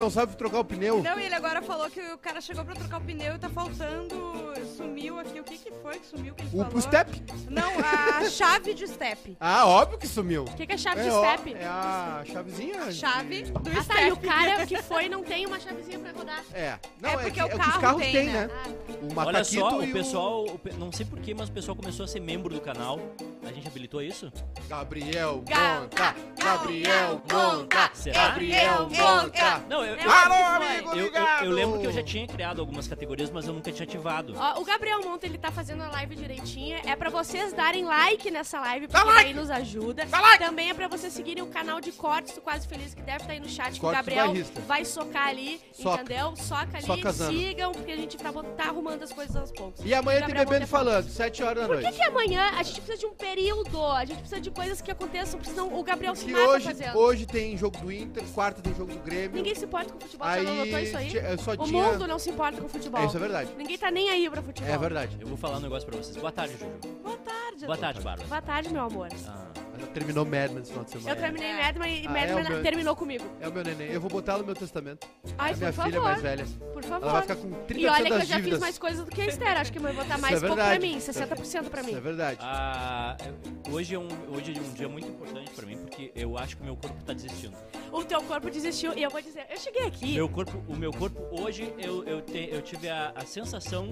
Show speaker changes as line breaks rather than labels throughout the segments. não sabe trocar o pneu.
Não, e ele agora falou que o cara chegou pra trocar o pneu e tá faltando. Sumiu aqui. O que, que foi que sumiu? Que ele
O,
falou?
o step.
Não, a chave de step.
Ah, óbvio que sumiu.
O que, que é chave
é,
de
ó-
step?
é a chavezinha.
Chave do
Ah,
step.
tá. E o cara que foi não tem uma chavezinha pra rodar.
É. Não,
É
é,
porque
que,
o
é que os
carro
carros
tem,
têm,
né?
né?
Ah,
O
Olha
macaquito
só,
e
o pessoal, o pe- não sei porquê, mas o pessoal começou a ser membro do canal. A gente habilitou isso?
Gabriel
Ga-
Monta. Gabriel
Ga-
Ah,
Monta.
Será?
Gabriel
Ga- Ga-
Monta.
Não, eu, eu,
Não,
Alô,
acho que foi.
amigo
eu-
ligado.
eu lembro que eu já tinha criado algumas categorias, mas eu nunca tinha ativado.
Ah, Ó, o Gabriel Monta, ele tá fazendo a live direitinha. É pra vocês darem like nessa live, porque
Dá like!
daí nos ajuda.
Dá like!
Também é pra vocês seguirem o canal de cortes do Quase Feliz, que deve estar aí no chat, que o
Cortes do
Gabriel
bairrista.
vai socar ali,
Soca.
entendeu? Soca ali,
Soca Zana.
sigam, porque a gente tá, bot- tá arrumando as coisas aos poucos.
E amanhã tem
Gabriel Monta
bebendo
é
e falando, 7 horas da
Por que,
noite.
que amanhã a gente precisa de um período? A gente precisa de coisas que aconteçam, porque senão o
um
Gabriel se
Que
mata
hoje,
fazendo.
hoje tem jogo do Inter, quarta tem jogo do Grêmio.
Ninguém se importa com futebol, você não notou
Aí
isso aí?
ti- eu só
O
tinha.
mundo não se importa com futebol.
É, isso é verdade.
Ninguém tá nem aí pra futebol.
É verdade.
Eu vou falar um negócio pra vocês. Boa tarde, Júlio.
Boa tarde.
Boa tarde, Bárbara.
Boa tarde, meu amor.
Ah,
Ela terminou Madman esse final de
Eu
semana.
terminei
É.
Madman e
Ah,
Madman
é, o meu-
terminou comigo.
É o meu neném. Eu vou botar ela no meu testamento.
Ai,
a minha
por favor.
filha mais velha.
Por
Ela vai
favor.
ficar com 30%
E olha que eu
das
já
dívidas.
fiz mais coisas do que a Esther. Acho que eu vou botar
Isso
mais
é
pouco pra
verdade.
mim, 60% pra mim.
Isso é verdade.
ah, eu- hoje, é um, hoje é um dia muito importante pra mim, porque eu acho que o meu corpo tá desistindo.
é
O teu corpo desistiu e eu vou dizer, eu cheguei aqui.
Meu corpo, o meu corpo hoje, eu, eu, te- eu tive a, a sensação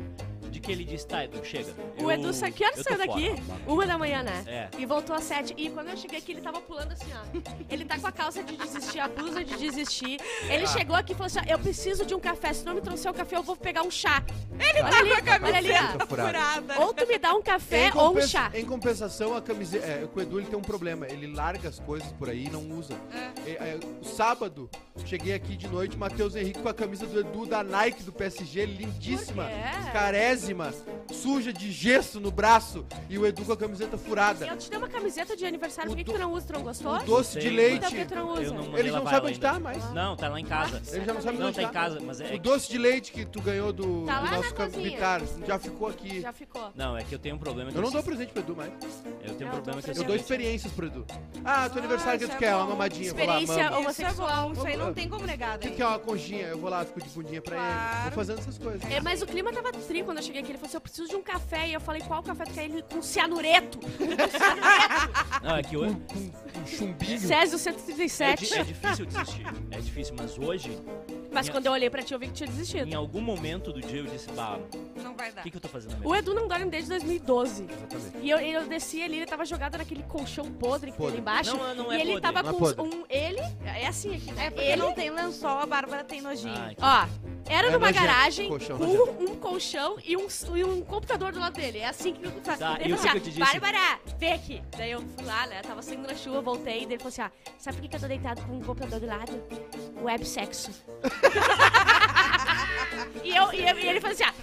de que ele disse, tá, Edu, chega.
O
Eu-
Edu, sa- que horas
eu tô
saiu daqui?
fora."
Uma da manhã, né?
É.
E voltou às sete. E quando eu cheguei aqui, ele tava pulando assim, ó. Ele tá com a calça de desistir, a blusa de desistir. Ele
Ah.
chegou aqui e falou assim: ó, eu preciso de um café. Se não me trouxer o café, eu vou pegar um chá. Ele olha
Tá
ali,
com a
olha ali, ó.
camiseta
Tá furada.
furada.
Ou tu me dá um café ou um
compensa-
chá.
em compensação, a camiseta. É, o Edu ele tem um problema. Ele larga as coisas por aí e não usa. É, é, o sábado, cheguei aqui de noite, Matheus Henrique com a camisa do Edu da Nike do PSG, lindíssima,
Por quê?
carésima, suja de gesso no braço e o Edu com a camiseta furada.
Eu te dei uma camiseta de aniversário,
O
por que, que
do-
tu não usa? Tu não gostou?
O doce de
Sei,
leite.
Então por que tu Ah. não
Eu
usa?
não mandei
Eles não
lavar
sabem onde
ainda.
tá, mas.
Não, tá lá em casa.
Eles já não sabem
Não,
onde
tá em
tá.
casa, mas é...
O doce de leite que tu ganhou do,
Tá
do
lá na
nosso campo
cozinha.
militar já ficou aqui.
Já ficou.
Não, é que eu tenho um problema que
Eu não dou
preciso-
presente pro Edu, mas
Eu tenho um
Não, eu dou
problema que
eu
eu
presente.
sempre-
dou experiências pro Edu. Ah, teu aniversário, o que
isso
tu
é
quer?
bom.
Uma mamadinha. eu vou lá, mamo.
Experiência
Isso é bom,
homossexual.
isso aí não tem como negar. né?
O que,
Daí.
que é uma conchinha? Eu vou lá, fico de bundinha pra ele.
Claro.
Tô fazendo essas coisas.
É, mas o clima tava tri quando eu cheguei aqui. Ele falou assim: eu preciso de um café. E eu falei: qual café tu quer? Ele com cianureto.
Não, é que eu...
Com um chumbinho.
Césio
É, di-
137.
é difícil desistir. É difícil, mas hoje,
Mas quando eu olhei pra ti, eu vi que tinha desistido.
em algum momento do dia, eu disse, bah, o
Não vai dar.
que, que eu tô fazendo mesmo?
O Edu não dorme desde 2012.
Exatamente.
E eu, eu desci ali, ele tava jogado naquele colchão podre que tem ali
Podre.
embaixo.
Não, não é
e ele
podre,
tava
não é
com
podre.
um. Ele. É assim aqui, né?
É porque
ele.
não tem lençol, a Bárbara tem nojinho.
Ah, que-
Ó, era
É
numa
nojento,
garagem
colchão
com
nojento.
um colchão e um, e um computador do lado dele. É assim que faz.
Tá,
ele
e o
falou
que
assim,
que eu te
ó,
disse?
Bárbara, vem aqui. Daí eu fui lá, né? Tava saindo na chuva, voltei. Daí ele falou assim: ah, sabe por que que eu tô deitado com um computador do lado? Web sexo. e, eu, e, eu- e ele falou assim: ah,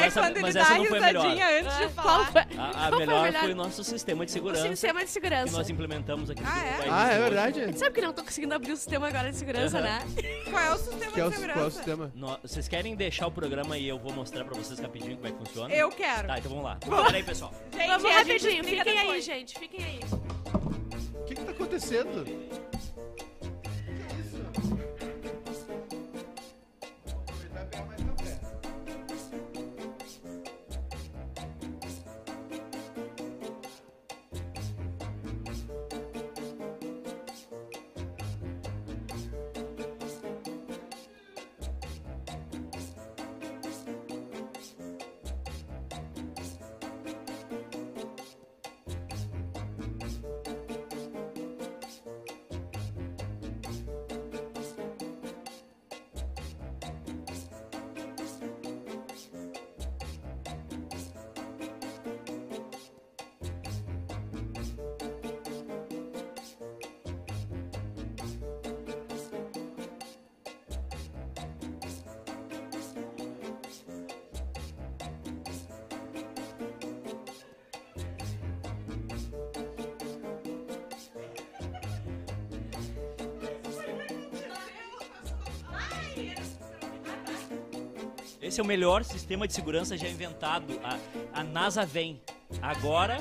É
essa-
quando ele
mas
dá
essa
a
não foi a melhor.
risadinha antes de
qual
falar.
foi?
A, a
qual foi
melhor
melhor?
foi o nosso sistema de
O
segurança
sistema de
que
segurança.
nós implementamos aqui. no
Ah, é?
Dubai
Ah, é
hoje.
verdade?
Sabe que não tô conseguindo abrir o sistema agora de segurança,
Aham.
né?
Qual é o sistema
Que é o,
de segurança?
qual é o sistema?
No- vocês querem deixar o programa e eu vou mostrar pra vocês rapidinho como é que funciona?
Eu quero.
Tá, então vamos lá. Pera aí, pessoal.
Gente,
Vamos
a gente
rapidinho,
explica
fiquem aí,
depois.
gente, fiquem aí.
O que que tá acontecendo?
Esse é o melhor sistema de segurança já inventado. A, a NASA vem. Agora,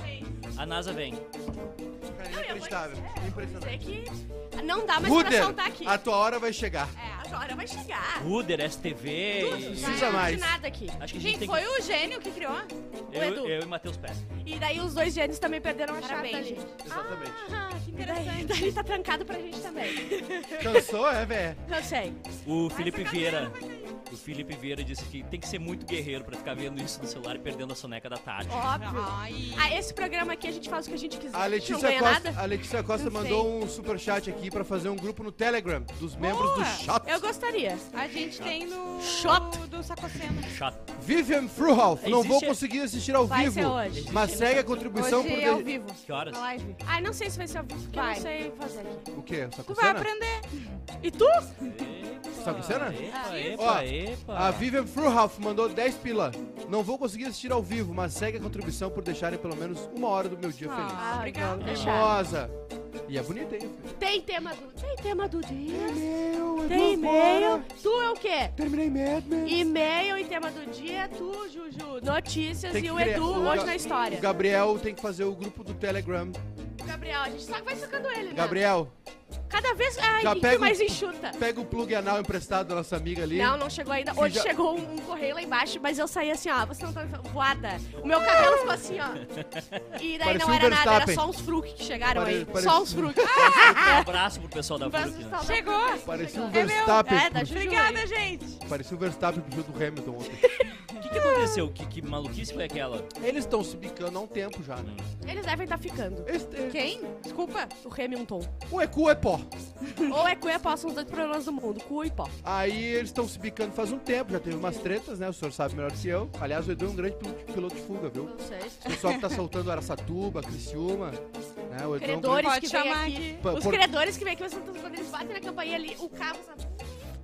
a NASA vem.
Cara, inacreditável.
Dizer
Impressionante.
que não dá mais pra
Ruder,
saltar aqui.
a tua hora vai chegar.
É, agora vai chegar.
Ruder, STV. e-
Precisa mais.
de nada aqui.
Acho que a gente
Gente,
tem
foi o gênio que criou.
que...
o Edu.
Eu, eu e Matheus Pérez.
E daí os dois gênios também perderam a chave.
Parabéns,
gente.
gente.
Exatamente.
Ah, que
Daí,
interessante.
daí tá trancado pra gente também.
Cansou, é, velho?
Cansei.
O Felipe Vieira. O Felipe Vieira disse que tem que ser muito guerreiro pra ficar vendo isso no celular e perdendo a soneca da tarde.
Óbvio.
Ai.
Ah, esse programa aqui a gente faz o que a gente quiser.
A
não
Letícia
ganha
Costa,
nada.
a Letícia Costa
Não sei.
mandou um superchat aqui pra fazer um grupo no Telegram dos membros do
Boa!
Shot.
Eu gostaria.
A gente tem no.
Shot.
Do Sacocena.
Chato.
Vivian Fruhoff, não
Existe-
vou conseguir assistir ao
Vai
vivo,
ser hoje.
mas segue a contribuição
Hoje
por...
é ao
de-
vivo.
Que horas?
Na live.
Ai, não sei se vai ser ao vivo, porque eu
Vai.
não sei fazer aqui.
O quê? Só
Tu vai
cena?
aprender.
E tu?
Tá com cena?
Epa,
Ó,
epa, epa.
A Vivian Fruhoff mandou 10 pila. Não vou conseguir assistir ao vivo, mas segue a contribuição por deixarem pelo menos uma hora do meu dia
Ah,
feliz.
obrigada.
não, deixa.
Nossa! E é bonita, hein?
Tem tema do. Tem tema do dia.
E-mail, eu
Tem
vou embora.
e-mail. Tu é o quê?
Terminei Mad Men.
E-mail e tema do dia, é tu, Juju. Notícias
Tem
e
que
o
criar- um
Edu
o
hoje
Ga-
na história.
O Gabriel tem que fazer o grupo do Telegram.
Gabriel, a gente só vai sacando ele, né?
Gabriel,
Cada vez. Ai,
Já
que
pega um o-
mais enxuta.
pega o plug anal emprestado da nossa amiga ali.
Não, não chegou ainda.
Se
Hoje
já-
chegou um, um correio lá embaixo, mas eu saí assim, ó. Você não tá voada. O meu cabelo ficou assim, ó. E daí
Parecia
não
um
era nada, era
Verstappen.
só uns fruk que chegaram
Pare-
aí.
parecia-
Só uns fruk.
Um abraço pro pessoal da
Abraço
PUC. né?
de saudade.
Chegou.
Parecia um
É meu.
Verstappen.
É, da Tá Juju.
Obrigada, gente.
Parecia o Verstappen pro jogo do Hamilton ontem.
O que, que aconteceu? Que, que maluquice foi aquela?
Eles estão se bicando há um tempo já, né?
Ah,
é,
Eles devem estar ficando.
Eles- eles-
Quem? Desculpa.
O Hamilton.
Ou é cu ou é pó.
Ou é cu e a pó, são os dois problemas do mundo. Cu e pó.
Aí eles estão se bicando faz um tempo, já teve umas tretas, né? O senhor sabe melhor que eu. Aliás, o Edu é um grande piloto- piloto de fuga, viu?
Não sei.
O pessoal que tá soltando Araçatuba, Criciúma, né? O Edu é um grande...
Credores
Pode
que vêm
chamar
aqui.
aqui.
Pa-
Os
Por-
credores que vêm aqui, mas quando eles batem na campainha ali, o carro tá sabe?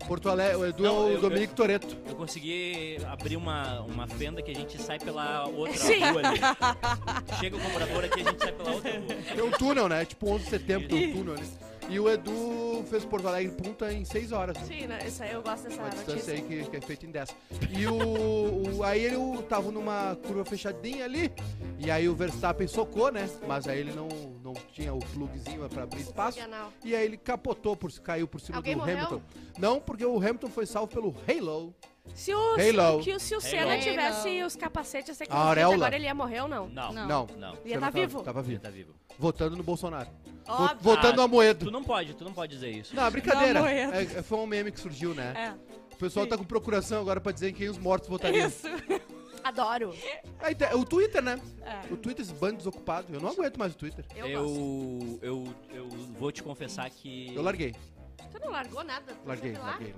Porto Alegre, o Edu
Não,
é o
eu-
Dominique Toreto.
Eu consegui abrir uma, uma fenda que a gente sai pela outra
Sim.
rua ali. Chega o comprador aqui, a gente sai pela outra rua.
Tem um túnel, né? Tipo 11 de setembro tem um túnel ali. E o Edu fez Porto Alegre Punta em 6 horas.
Sim, né? Isso aí, eu gosto dessa
Uma distância
notícia.
aí que, que é feita em 10. E o, o- Aí ele o- tava numa curva fechadinha ali. E aí o Verstappen socou, né? Mas aí ele não, não tinha o plugzinho pra abrir espaço.
Regional.
E aí ele capotou, por, caiu por cima
é. Alguém
do
morreu?
Hamilton. Não, porque o Hamilton foi salvo pelo Halo.
Se o,
Halo.
se, que o- se o Senna
Halo.
tivesse os capacetes, sei que
A auréola.
agora ele ia morrer ou não.
Não,
Não.
não.
Não.
não.
Ia
Senna
tá vivo.
Tava, tava
Ele
vivo.
tá vivo.
Votando no Bolsonaro. Vo-
Óbvio.
Votando
Ah,
a Moedo.
Tu não pode, tu não pode dizer isso.
Não, brincadeira.
Não, Moedo.
É- é- foi um meme que surgiu, né?
É.
O pessoal tá com procuração agora pra dizer em quem os mortos votariam.
Isso.
Adoro.
Aí tem- o Twitter, né?
É.
O Twitter, esse bando desocupado. Eu não aguento mais o Twitter.
Eu, gosto.
eu, eu, eu vou te confessar que.
Eu larguei.
Tu não largou nada? Tu
Larguei,
foi lá?
larguei.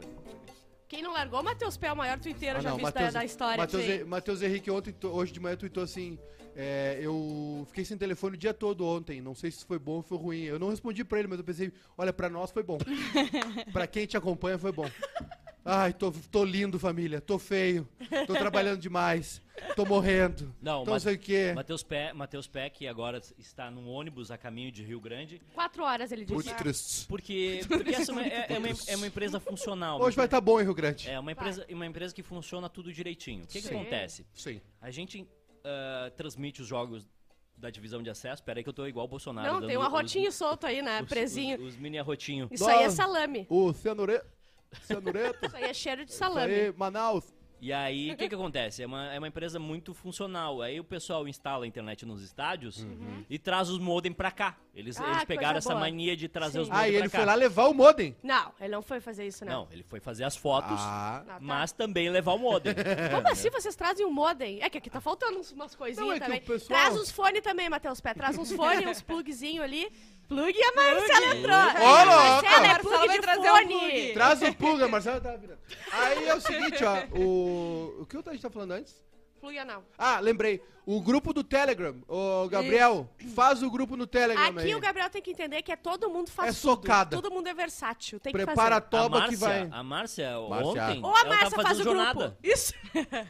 Quem não largou, Matheus Pé, é o maior twitteiro
Ah,
já
não,
visto da,
Matheus-
da história.
Matheus,
sim.
Hen- Matheus Henrique ontem, tu- hoje de manhã tweetou assim, é, eu fiquei sem telefone o dia todo ontem, não sei se foi bom ou foi ruim. Eu não respondi pra ele, mas eu pensei, olha, pra nós foi bom. pra quem te acompanha foi bom. Ai, tô, tô lindo, família, tô feio, tô trabalhando demais, tô morrendo,
Não,
tô não
mas-
sei o quê.
Matheus Pé, Matheus Pé, que agora está num ônibus a caminho de Rio Grande,
Quatro horas ele disse.
é- Muito triste.
porque, porque essa é uma- é, é uma, é uma empresa funcional. né?
Hoje vai estar bom em Rio Grande.
É uma empresa, uma empresa que funciona tudo direitinho. O que, que
Sim.
acontece?
Sim.
A gente ah, transmite os jogos da divisão de acesso. Pera aí que eu tô igual o Bolsonaro.
Não,
dando
tem um
os-
arrotinho solto aí, né?
os-
Presinho.
Os, os mini arrotinho.
Isso aí é
Nossa.
salame.
O Cianure... Cianureto.
Isso aí é cheiro de
Isso
salame.
aí, Manaus.
E aí, o que que acontece? É uma, é uma empresa muito funcional. Aí o pessoal instala a internet nos estádios
Uhum.
e traz os modem pra cá. Eles,
Ah,
eles
que
pegaram
coisa
essa
boa.
mania de trazer
Sim.
os modem
Ah, e
pra
ele
cá.
foi lá levar o modem.
Não, ele não foi fazer isso, não.
Não, ele foi fazer as fotos,
Ah.
Não, tá.
mas também levar o modem.
É, né?
Como assim vocês trazem um modem? É que aqui tá faltando uns- umas coisinhas
Não, é que
também.
o pessoal-
Traz uns fones também, Matheus Pé. Traz uns fones, uns plugzinhos ali. Plug e a Marcela entrou.
Ô, louco!
Marcela, é
Marcela
plug
vai
de
trazer um
fone.
plug.
Traz o pluga, Marcelo tá virando. Aí é o seguinte, ó. O, o que a gente tá falando antes?
Plug é anal.
Ah, lembrei. O grupo do Telegram. Ô, Gabriel, faz o grupo no Telegram
Aqui
aí.
o Gabriel tem que entender que é todo mundo faz
É
tudo.
socada.
Todo mundo é versátil. Tem
Prepara a
que
toba
a Márcia,
que vai.
A Márcia,
Márcia.
ontem,
fazer. Ou a
ela
Márcia faz
tava
o
fazendo jornada.
grupo. Isso.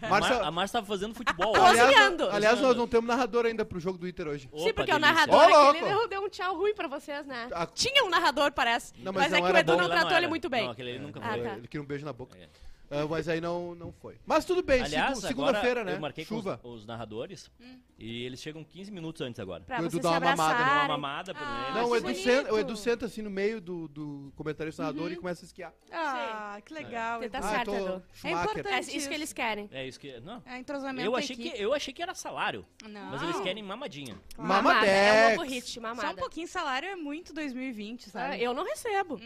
A,
Márcia-
Mar- a Márcia tava fazendo futebol.
Doze
aliás,
anos.
aliás, nós não temos narrador ainda pro jogo do Inter hoje.
Opa,
Sim, porque é o
delícia.
narrador
Ô,
aqui, ele
louco!
deu, deu um tchau ruim pra vocês, né?
A-
Tinha um narrador, parece.
Não, mas
mas,
não
é que o
era
Edu
bom.
não
Ela
tratou ele
era.
muito bem.
Não, aquele ele nunca
Ah,
foi.
tá.
Ele queria um beijo na boca.
É.
Ah, mas aí não, não foi. Mas tudo bem, segu-
Aliás, agora
É, segunda-feira, né?
eu marquei
Chuva.
com os, os narradores e eles chegam 15 minutos antes agora.
Hum. Pra
Eu
vocês
dou
se
uma mamada,
Dá uma
abraçarem.
mamada pra
Ah,
eles.
Não, é o
que
Edu,
bonito.
senta, o Edu senta assim no meio do, do comentarista narrador e começa a esquiar.
Ah, que legal.
Você Uhum. tá
Edu.
certo.
eu tô
Edu.
É
Schumacher.
É
importante
isso que eles querem.
É isso que. Não.
É entrosamento
Eu achei,
aqui.
que, eu achei que era salário,
Não.
mas
Ah.
eles querem mamadinha.
Mamada, É um novo
Mamadex.
hit, mamada.
Só um pouquinho salário é muito 2020,
Ah,
sabe?
eu não recebo.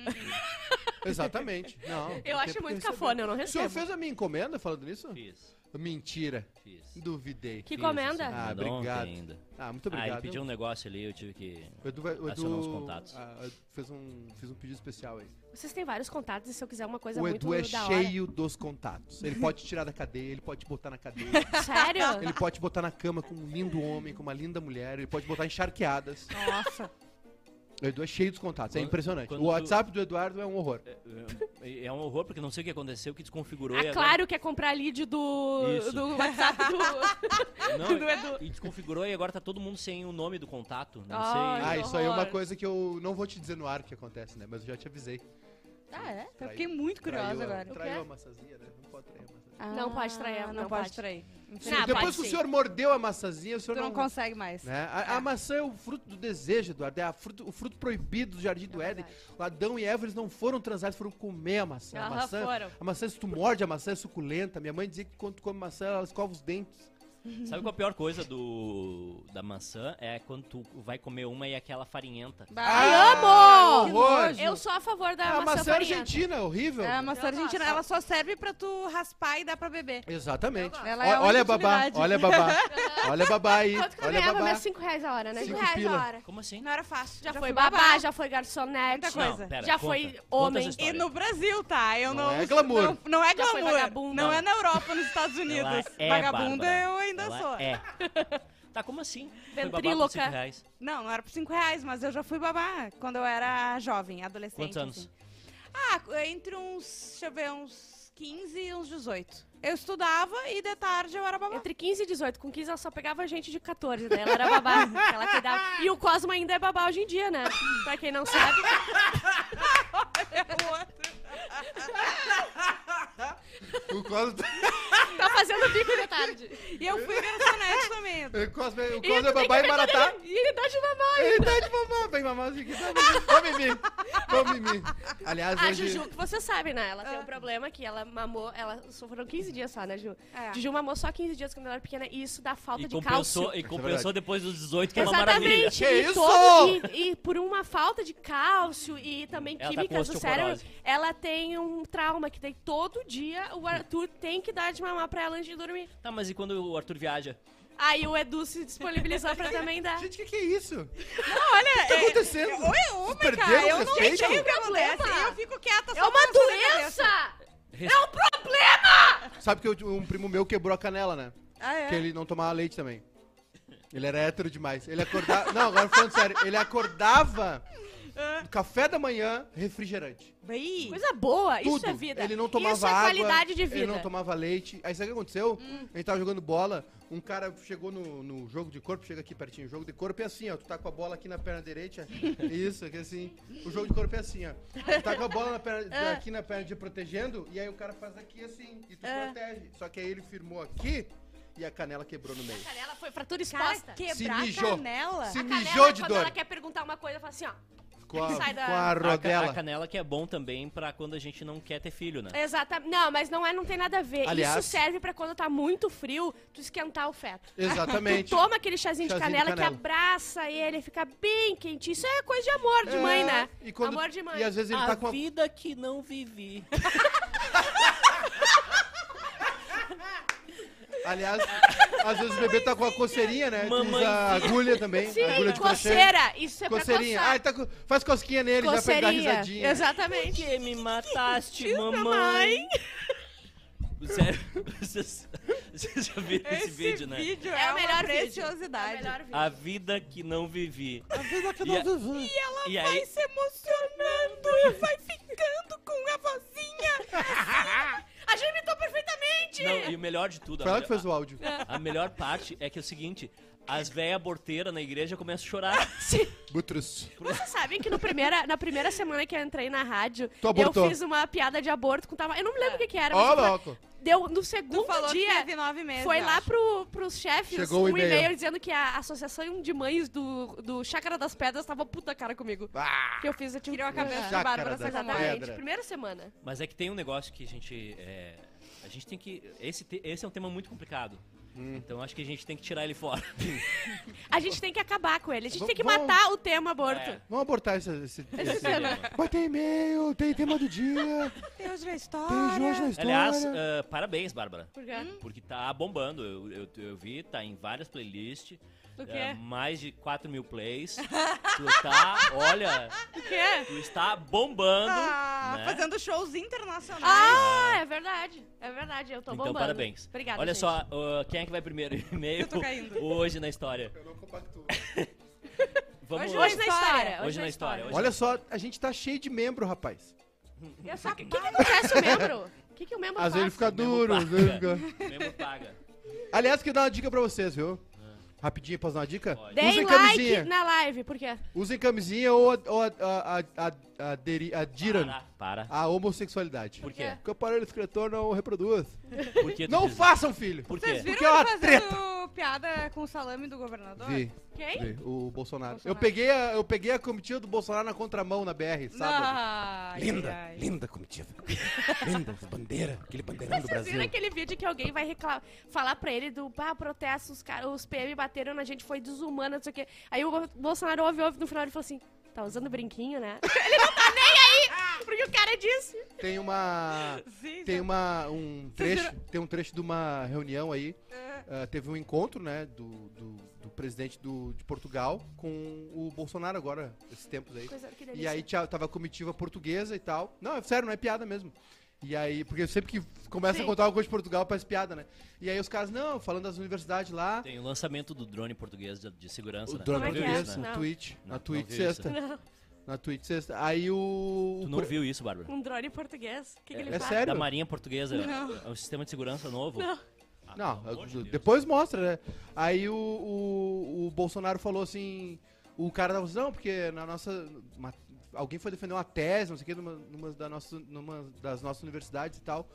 Exatamente. Não,
Eu acho muito cafona, eu não
O senhor
recebo.
fez a minha encomenda falando nisso?
Fiz,
Mentira.
fiz.
Duvidei.
Que
Fiz,
comenda?
assim,
Ah,
mandou ontem
obrigado.
ainda.
Ah, muito
Ah, ele
obrigado.
pediu um negócio ali, eu tive que.
O Edu vai, o
Acionou
Edu,
os contatos.
ah, fez, um, fez um pedido especial aí.
Vocês têm vários contatos e se eu quiser uma coisa
o Edu
muito
é
da hora.
cheio dos contatos. Ele pode te tirar da cadeia, ele pode te botar na cadeia.
Sério?
ele pode te botar na cama com um lindo homem, com uma linda mulher. Ele pode botar encharqueadas.
Nossa.
O Edu é cheio dos contatos. É
Quando-
impressionante.
quando
O
tu-
WhatsApp do Eduardo é um horror.
É, é um horror, porque não sei o que aconteceu, que desconfigurou. e
Ah,
agora-
claro que é comprar lead do,
Isso.
do WhatsApp do...
Não,
do Edu.
E desconfigurou e agora tá todo mundo sem o nome do contato. Não
Ai.
sei.
Ah, isso aí é
um horror.
uma coisa que eu não vou te dizer no ar que acontece, né? Mas eu já te avisei.
Ah, é?
Eu fiquei muito
é.
curiosa
Traiu a-
agora. Ah,
Traiu a maçazinha, né? Não pode trair a maçazinha.
Não pode trair,
não,
não
pode,
pode.
trair.
Não,
Depois
Ah, pode
que o
sim.
senhor mordeu a maçazinha, o
Tu
senhor
não
não...
consegue mais.
né? A, a maçã é o fruto do desejo, Eduardo. É a fruto- o fruto proibido do Jardim
É
do Éden. O Adão e Eva, eles não foram transados, foram comer a maçã. A
Aham,
maçã,
foram.
a maçã, se tu morde, a maçã é suculenta. Minha mãe dizia que quando tu come maçã, ela escova os dentes.
Sabe qual é a pior coisa do da maçã? É quando tu vai comer uma e aquela farinhenta.
Bah,
amo!
que nojo.
Eu sou a favor da
É, A
É maçã,
maçã
farinha.
argentina, horrível.
É, a maçã
Eu gosto.
argentina, ela só serve pra tu raspar e dar pra beber.
Exatamente.
Ela é
Ó-
a
olha a
única
babá,
utilidade.
olha a babá. olha a babá aí.
Quanto que eu
olha a
ganhava?
babá.
Meus 5 reais a hora, né?
Cinco
Cinco reais
pila.
a hora.
Como assim?
Não era fácil.
Já, foi
fui
babá, já foi garçonete.
Muita coisa.
Não, pera,
Já
conta.
foi
Conta
homem.
essa
E
história.
no Brasil, tá? Eu
Não
não,
é glamour.
Não, não é
Já foi
glamour.
vagabunda.
Não é na Europa, nos Estados
Ela
Unidos.
é
vagabunda
Bárbara.
eu ainda
Ela
sou.
É. Tá, como assim? Foi babá por
Ventríloca.
cinco reais.
Não, não era por 5 reais, mas eu já fui babá quando eu era jovem, adolescente.
Quantos anos?
assim. Ah, entre uns, deixa eu ver, uns 15 e uns 18. Eu estudava e de tarde eu era babá.
Entre 15 e 18. Com 15 ela só pegava gente de 14, né? Ela era babá. que ela cuidava. E o Cosmo ainda é babá hoje em dia, né? Pra quem não sabe.
O Cosmo,
Tá fazendo bico de tarde.
E eu fui garçonete também.
o Cosmo, é- o Cosmo é babá e maratá.
E ele dá de mamãe.
Ele tá de mamar, vem mamar assim, que tá Come em mim, come em mim. Aliás,
A
hoje...
Ah, Juju, que você sabe, né? Ela
Ah.
tem um problema que ela mamou, ela só foram 15 dias só, né, Ju?
É.
Juju mamou só 15 dias quando ela era pequena e isso dá falta
E
de
compensou,
cálcio.
e
é
compensou depois dos 18, que é uma maravilha.
Exatamente.
Que
e,
isso?
todo- e- e por uma falta de cálcio e também
Ela tá
químicas
com
do cérebro,
osteoporose.
ela tem um trauma que tem todo dia o Arthur tem que dar de mamar pra ela antes de dormir.
Tá, mas e quando o Arthur viaja?
Aí o Edu se disponibilizou pra também dar.
Gente, o que, que é isso? O que
Olha, é,
tá acontecendo?
Oi, ô,
Vocês
Mica,
perderam
eu
o
não
respeito?
sei o que acontece.
Problema.
Eu fico quieta só
É uma
pensando na cabeça.
doença!
Res-
É um problema!
Sabe que eu- um primo meu quebrou a canela, né?
Ah, é?
Porque ele não tomava leite também. Ele era hétero demais. Ele acordava... Não, agora falando sério. Ele acordava
Ah.
no café da manhã, refrigerante.
Bem,
Coisa boa,
Tudo.
isso é vida.
Ele não tomava
isso é
água.
qualidade de vida. Hum.
Ele não tomava leite. Aí sabe o que aconteceu? A gente tava jogando bola, um cara chegou no, no jogo de corpo, chega aqui pertinho, o jogo de corpo é assim, ó. Tu tá com a bola aqui na perna direita. isso, aqui assim. O jogo de corpo é assim, ó. Tu tá com a bola na
É.
perna- aqui na perna de protegendo, e aí o cara faz aqui assim, e tu
É.
protege. Só que aí ele firmou aqui e a canela quebrou no meio.
Cara, ela foi fratura
cara,
exposta.
Se
quebrar
mijou.
canela.
Se
Canela, é
mijou de
quando
dor.
ela quer perguntar uma coisa, ela fala assim, ó.
Com a,
sai da-
com a
A ca- A,
rodela.
canela que é bom também pra quando a gente não quer ter filho, né?
Exatamente. Não, mas não é, não tem nada a ver.
Aliás-
Isso serve pra quando tá muito frio, tu esquentar o feto.
Exatamente.
Toma aquele chazinho, de,
Chazinho de
canela que
canela.
abraça ele, fica bem quentinho. Isso é coisa de amor de mãe, né?
É, E quando,
amor de mãe.
E às vezes ele
a
tá com a
vida que não vivi.
Aliás, às vezes o bebê tá com a coceirinha, né? Tu usa a
Mamãezinha.
agulha também.
Sim,
agulha de crochê.
coceira. Isso é
Coceirinha. Ah,
pra coçar.
tá co- faz cosquinha nele já pra ele dar
Coceirinha.
risadinha.
Por
Exatamente.
que me mataste, mamãe? Sério, vocês, vocês já viram esse, vídeo, né?
é,
É o
uma
melhor vídeo.
preciosidade.
Melhor vídeo.
A vida que não vivi. A vida que não vivi. E ela
Vai se emocionando e vai ficando com a vozinha.
A gente imitou perfeitamente.
Não, e o melhor de tudo,
Foi
a,
ela que
melhor,
fez o áudio.
a melhor parte é que é o seguinte: As velhas borteiras na igreja começam a chorar.
Butrus.
Vocês sabem que no primeira, na primeira semana que eu entrei na rádio,
Tu
eu
abortou.
fiz uma piada de aborto com tava. Eu não me lembro o que, que era,
Ó,
mas
louco.
deu no
Tu
segundo
falou que
dia.
teve nove meses.
Foi
eu
lá
acho.
pro, pros chefes
Chegou o
um
e-mail.
e-mail dizendo que a Associação de Mães do, do Chácara das Pedras tava puta cara comigo.
Ah,
Que eu fiz, eu tive
Tirou a cabeça da
Chácara
Bárbara
das
Sacomori.
Pedras.
Exatamente,
pedra.
primeira semana.
Mas é que tem um negócio que a gente. é, a gente tem que. Esse, te- esse é um tema muito complicado. Então acho que a gente tem que tirar ele fora.
A gente tem que acabar com ele, a gente
Vamos-
tem que
vamos-
matar o tema aborto.
É,
Vamos abortar esse. esse...
esse tema.
Mas tem e-mail, tem tema do dia,
Deus da
tem de hoje na
história.
história.
Aliás, ah, parabéns, Bárbara.
Por quê?
Hum?
Porque tá bombando. Eu, eu, eu vi, tá em várias playlists.
O quê?
É, mais de 4 mil plays. tu tá, olha,
O quê?
tu está bombando.
Tá
né?
fazendo shows internacionais.
Ah, é verdade. É verdade, eu tô
Então,
bombando.
parabéns.
Obrigada,
olha
gente.
só, ah, quem é que vai primeiro? E-mail
Eu tô caindo.
hoje na história.
Eu não compactuo.
Vamos
Hoje, na história.
Hoje na história, hoje-
Olha só, a gente tá cheio de membro, rapaz.
Eu só... O que, que acontece o membro? O que, que o membro
Às vezes ele fica
faz?
Membro
duro, às
paga.
vezes ele fica...
Mesmo paga.
Aliás, queria dar uma dica pra vocês, viu? Rapidinho, posso dar uma dica?
Pode.
Deem
Usem
like
camisinha.
na live, por quê?
Usem camisinha ou, a- ou a- a- a- a- aderi- adiram
Para, para.
à homossexualidade.
Por quê?
Porque o aparelho excretor não reproduz.
Por que tu
Não
diz-
façam, filho!
Por
Vocês
quê?
Porque
viram
é uma
ele fazendo piada com o salame do governador?
Vi,
Quem?
vi, o Bolsonaro.
Bolsonaro. Ah,
Eu, peguei a, eu peguei a comitiva do Bolsonaro na contramão na BR, sábado.
Ai,
Linda,
ai.
linda comitiva. linda, bandeira, aquele bandeirão do
Vocês viram
Brasil.
aquele vídeo que alguém vai recla- falar pra ele do pá, protesto, os, cara, os PM bateram na gente, foi desumano, não sei o quê. Aí o Bo- Bolsonaro ouve, ouve no final e falou assim: tá usando brinquinho, né? ele não tá nem aí! Porque o cara disse.
Tem uma.
Sim,
Tem
já-
uma, um trecho, tem um trecho de uma reunião aí.
É.
ah, teve um encontro, né, do, do, do presidente do, de Portugal com o Bolsonaro agora, esses tempos aí.
Coisa que delícia.
E aí tinha- tava a comitiva portuguesa e tal. Não, é sério, não é piada mesmo. E aí, porque sempre que começa
Sim.
a contar alguma coisa de Portugal, parece piada, né? E aí os caras, não, falando das universidades lá,
Tem o lançamento do drone português de, de segurança,
o
né?
drone
Tu não viu
português,
isso,
né?
na
Não.
Twitch,
Não,
na
não
Twitch
vi isso.
sexta. Na Twitch sexta. Aí o...
Tu
o
não
pre-
viu isso, Bárbara?
Um drone português. O que, que ele
É
faz?
sério?
Da marinha portuguesa. É um sistema de segurança novo.
Não.
Ah,
Não,
pelo amor de
eu-
Deus.
depois mostra, né? Aí o, o, o Bolsonaro falou assim. O cara tava assim, não, porque na nossa. uma- alguém foi defender uma tese, não sei o que, numa, numa, da nossa, numa das nossas universidades e tal.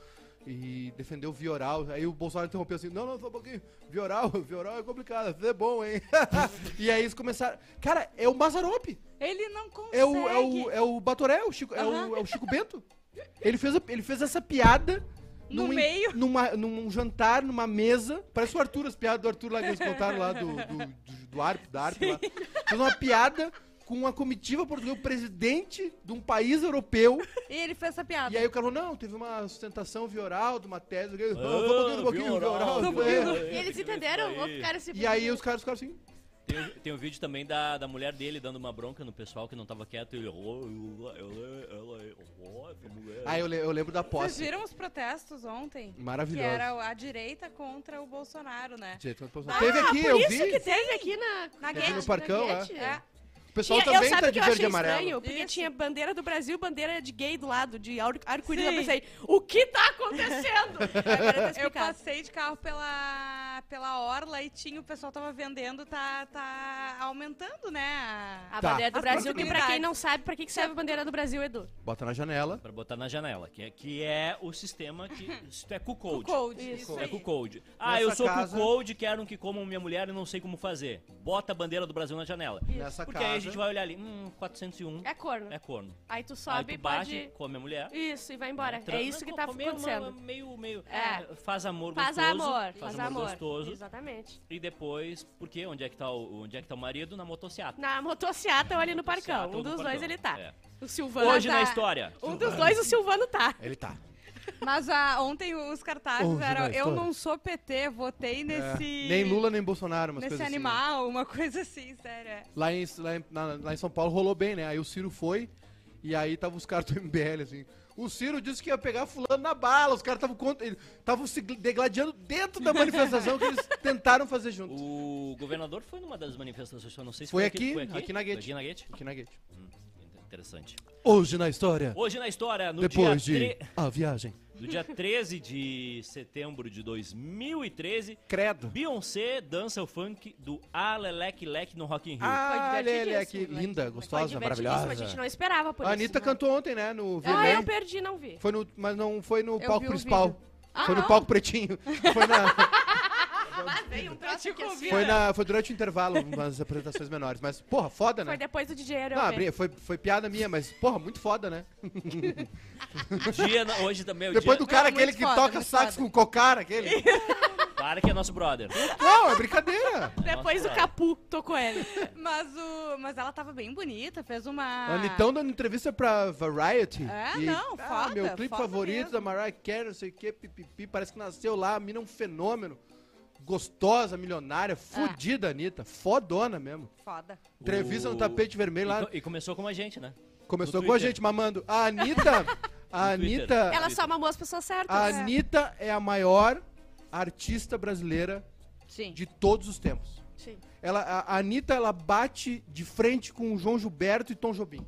E defendeu via oral. Aí o Bolsonaro interrompeu assim: não, não, só um pouquinho. Via oral, via oral é complicado, isso é bom, hein? e aí eles começaram. Cara, é o Mazarope!
Ele não consegue.
É o, é o, é o Batoré, o Chico, é, o, é o Chico Bento. Ele fez, a- ele fez essa piada
No
num en-
meio.
numa- num jantar, numa mesa. Parece o Arthur, as piadas do Arthur lá que eles contaram lá do, do, do, do Arp, da Arp lá. Fez uma piada com uma comitiva portuguesa, o presidente de um país europeu.
E ele fez essa piada.
E aí o cara falou: não, teve uma sustentação vioral de uma tese. Eu,
Ah,
vou um pouquinho, um pouquinho,
vioral,
vioral.
vioral.
é.
E eles entenderam? Ou ficaram se
E aí os caras ficaram assim.
Tem, o- tem um vídeo também da, da mulher dele dando uma bronca no pessoal que não tava quieto. Ele, "Oh, eu- ela, ela, oh, essa mulher."
Aí eu, le- eu lembro da
Vocês
posse.
viram os protestos ontem? Que
Maravilhosa.
era a direita contra o Bolsonaro, né?
Gente, teve
Ah,
aqui,
por
eu
isso
vi.
que teve aqui na...
Na
Teve
Guete,
no Parcão,
na
é.
Guete.
É.
O pessoal
Tinha-
também
eu sabe
tá
o que
de
eu
verde e
achei
amarelo.
estranho? Porque
Isso.
tinha bandeira do Brasil, bandeira de gay do lado, de ar- arco-íris. Eu
Sim.
pensei, o que tá acontecendo? Agora tá
Eu
explicado.
passei de carro pela, pela orla e tinha o pessoal tava vendendo, tá, tá aumentando, né? a-
A
Tá.
bandeira do
As
Brasil, que pra quem
possibilidades.
não sabe, pra que, que serve a bandeira do Brasil, Edu?
Bota na janela.
Pra botar na janela, que é, que é o sistema que. Isso é
o
cuckold.
Code.
Isso.
Isso,
É
aí.
cuckold. Ah,
Nessa
eu sou
casa-
cuckold, quero que comam minha mulher e não sei como fazer. Bota a bandeira do Brasil na janela.
Nessa
Porque
casa.
aí a gente vai olhar ali, hum, 401
É corno.
é corno.
Aí tu sobe
aí
e
tu bate,
pode...
come a mulher.
Isso, e vai embora.
Tran-
É isso que
Não,
tá
pô, meio uma-
acontecendo.
meio, meio.
É.
Faz amor
Faz
gostoso.
amor,
Faz
faz
amor
amor.
gostoso.
Exatamente.
E depois, porque onde é que tá o, onde é que tá o marido? Na motociata.
Na motociata ou ali no parcão.
Motociata
Um
ou no
dos dois
parcão.
ele tá.
É.
O Silvano
Hoje
tá.
na história.
Um dos dois o Silvano tá.
Ele tá.
Mas ah, ontem os cartazes
Ouve,
eram
vai,
Eu
estoura.
não sou PT, votei nesse.
É. Nem Lula, nem Bolsonaro, umas
Nesse
coisas assim, né?
animal, uma coisa assim, sério. é.
Lá em, lá, em, na- lá em São Paulo rolou bem, né? Aí o Ciro foi e aí tava os caras do MBL, assim. O Ciro disse que ia pegar fulano na bala, os caras estavam contra. eles Estavam se gl- degladiando dentro da manifestação que eles tentaram fazer junto.
O governador foi numa das manifestações, eu não sei se
Foi
foi,
aqui,
foi
aqui na Guete.
Aqui na Guete?
Aqui na Gate.
Hum, interessante.
Hoje na história.
Hoje na história, no
Depois
dia
de
tre-
a viagem.
do dia 13 de setembro de 2013,
Credo.
Beyoncé dança o funk do Alelec Lec no Rock in Rio.
Ah,
Ah, Lele,
divertidíssimo,
aqui,
né?
linda,
Foi
gostosa,
divertidíssimo,
maravilhosa.
A gente não esperava por
A
isso.
Anitta
né?
cantou ontem, né? No
Ah, eu
VMA.
perdi, não vi.
Foi no, mas não foi no
vi
palco
o
principal.
Ah,
Foi no
não.
palco pretinho. Foi, na,
Ah, veio um troço aqui assim.
foi, na- foi durante o intervalo, umas apresentações menores. Mas, porra, foda,
Foi
né?
depois do DJ Aerobê.
Não, abri- foi, foi piada minha, mas, porra, muito foda, né?
Dia, na- hoje também é o
Depois
dia.
do cara,
muito
aquele que
foda,
toca
muito
sax
foda.
com cocar, aquele.
Para que é nosso brother.
Não, é brincadeira.
Depois do
Nossa,
Capu, tô com ele.
Mas, o, mas ela tava bem bonita, fez
A
uma.
Anitão dando entrevista pra Variety.
Ah. É, não,
então, Ah,
foda,
meu clipe
foda
favorito
mesmo."
da Mariah Carey, não sei o que, pipipi. Parece que nasceu lá, a mina é um fenômeno. Gostosa,
Ah.
milionária, fodida, Anitta. Fodona mesmo.
Foda.
Entrevista
O-
no tapete
E,
vermelho lá.
co- e começou com a gente, né?
Começou
no
com a
Twitter.
gente mamando. A Anitta. A
No Twitter.
Anitta.
Ela só mamou as pessoas certas.
A
né?
Anitta é a maior artista brasileira
Sim.
de todos os tempos.
Sim.
Ela, a, a Anitta, ela bate de frente com o João Gilberto e Tom Jobim.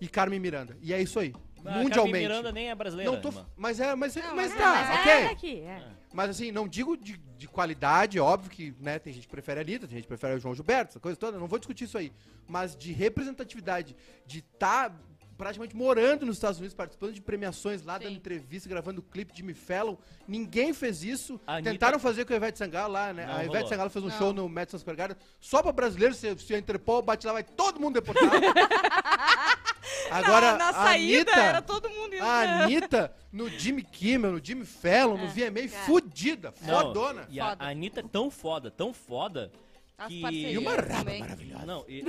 E Carmen Miranda. E é isso aí.
A Ah, Carmen
mundialmente.
Miranda nem é brasileira,
não tô,
irmã.
mas é, mas, é-
Não,
mas
mas é,
tá,
mas
ok.
é daqui, é.
Mas assim, não digo de, de qualidade, óbvio que né, tem gente que prefere a Anitta, tem gente que prefere o João Gilberto, essa coisa toda, não vou discutir isso aí. Mas de representatividade, de estar praticamente morando nos Estados Unidos, participando de premiações lá, dando entrevista, gravando clipe de Me Fallon, ninguém fez isso.
A Anitta-
Tentaram fazer com a Ivete Sangalo lá, né?
Não
a Ivete
rolou.
Sangalo fez um
Não.
show no Madison Square Garden, só pra brasileiro, se, se a Interpol bate lá, vai todo mundo deportado. Agora,
na, na
a
saída
Anitta- Ah,
era todo mundo indo.
É.
a Anitta no Jimmy Kimmel, no Jimmy Fallon,
É,
no VMA, fudida,
Não,
fodona.
E a,
Foda.
a Anitta é tão foda, tão foda.
As
que...
parcerias
E uma raba
também.
Não, e,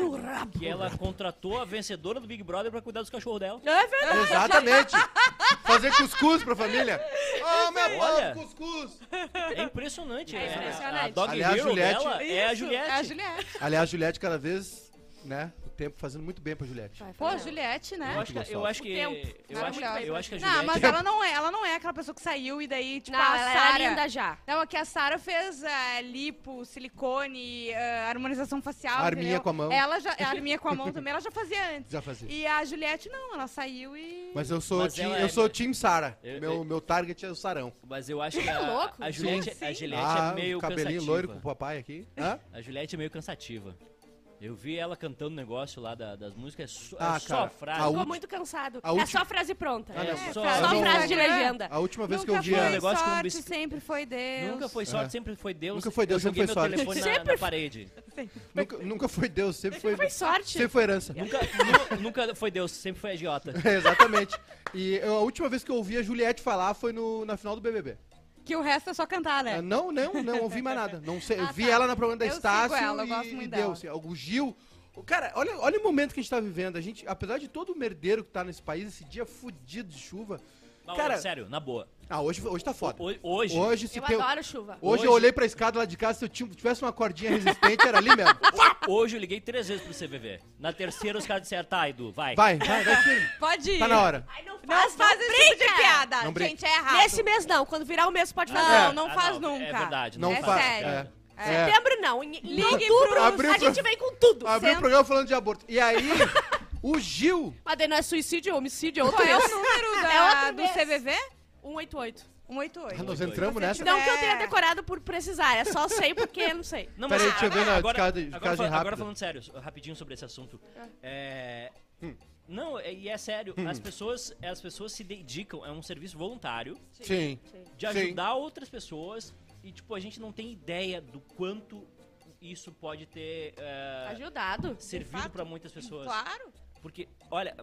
que ela contratou a vencedora do Big Brother pra cuidar dos cachorros dela.
É verdade.
Exatamente. Fazer cuscuz pra família. Ah, meu
Olha.
povo, cuscuz.
É impressionante.
É
né?
impressionante.
A Dog
Aliás,
Hero
Juliette-
dela é a
Isso, É a
Juliette.
Juliette.
Aliás, Juliette cada vez, né, o tempo fazendo muito bem pra Juliette.
Vai,
Pô,
Fabiana.
Juliette, né?
Eu acho que... Eu acho que,
O tempo.
eu acho,
Maravilhosa.
eu acho que a Juliette...
Não, mas ela não, é, ela não é aquela pessoa que saiu e daí, tipo,
Não,
a
ela
Sarah-
era linda já.
Não, é que a Sara fez ah, lipo, silicone, ah, harmonização facial.
Arminha
entendeu?
com a mão.
Ela já, é a arminha com a mão também, ela já fazia antes.
Já fazia.
E a Juliette, não, ela saiu e.
Mas eu sou
Mas
o team,
ela
eu
é-
sou o team Sara.
Eu-
Meu,
eu-
meu target é o Sarão. Ah,
Mas eu acho que a,
louco?
a Juliette,
Sim,
a
sim.
Juliette é meio
cabelinho
cansativa.
loiro com o papai aqui. Hã?
A Juliette é meio cansativa. Eu vi ela cantando o negócio lá da- das músicas, é só,
Ah,
é só
cara,
frase.
a
Ficou
ulti-
muito cansado.
a
É
ulti-
só frase pronta.
Ah, não.
É
É,
só-
Só
Mas não-
frase de
Instagram.
legenda.
A última vez que
Nunca
eu vi a-
foi
Um negócio com
sorte,
bisc-
sempre foi Deus.
Nunca foi sorte, sempre foi
É.
Deus.
Nunca foi Deus,
eu
sempre
joguei
foi
meu
sorte.
telefone na- na,
Sempre foi-
parede.
Nunca, nunca foi Deus, sempre foi,
Foi sorte.
sempre foi herança.
Nunca, nu- nunca foi Deus, sempre foi idiota.
É, Exatamente. E eu- a última vez que eu ouvi a Juliette falar foi no, na final do BBB.
Que o resto é só cantar, né?
Ah, Não, não, não ouvi mais nada. Não sei, eu
Ah,
vi
tá.
ela no programa da
Eu sigo
Estácio
ela, eu
e,
gosto muito
e
dela.
deu. assim, O Gil... o Cara, olha, olha o momento que a gente tá vivendo. A gente, apesar de todo o merdeiro que tá nesse país, esse dia fudido de chuva...
Não,
cara,
sério, na boa.
ah, hoje, hoje tá foda.
Ho- Hoje,
Hoje, se
Eu
tem-
adoro chuva.
hoje, eu
Hoje-
olhei pra escada lá de casa, se eu ti- tivesse uma cordinha resistente, era ali mesmo.
hoje eu liguei três vezes pro CVV. Na terceira os caras disseram, tá, Edu, vai.
Vai, vai, vai, filho.
Pode ir.
Tá na hora.
Ai, não
Não faz, esse tipo de
brinca.
piada.
Não
Gente,
brinca.
é errado.
Nesse mês não. Quando virar o mês, pode fazer.
Não,
É.
não
Ah,
faz nunca.
É verdade, não,
Não
É
faz.
sério.
cara.
É. É.
Setembro não. Em, em
Ligue
outubro
pro-
Abriu
a
pro-
gente vem com tudo.
Abriu o
Senta.
programa falando de aborto. E aí, o Gil...
Mas daí não é suicídio, é homicídio, é outro
Qual é o
mês.
número da-
É outro
do
mês.
CVV?
188.
Ah,
188.
nós entramos nessa?
Não que eu
É.
tenha decorado por precisar, é só sei porque eu não sei.
Não,
Peraí, deixa eu ver na- de
agora,
casa- de
agora,
casa
fal-
rápida.
agora falando sério, so- rapidinho sobre esse assunto.
Ah.
É.
Hum.
Não, é- e é sério, as pessoas, as pessoas se dedicam, é um serviço voluntário
Sim.
de
Sim.
ajudar outras pessoas e tipo a gente não tem ideia do quanto isso pode ter é,
Ajudado.
servido pra
um
muitas pessoas.
Claro.
Porque, olha,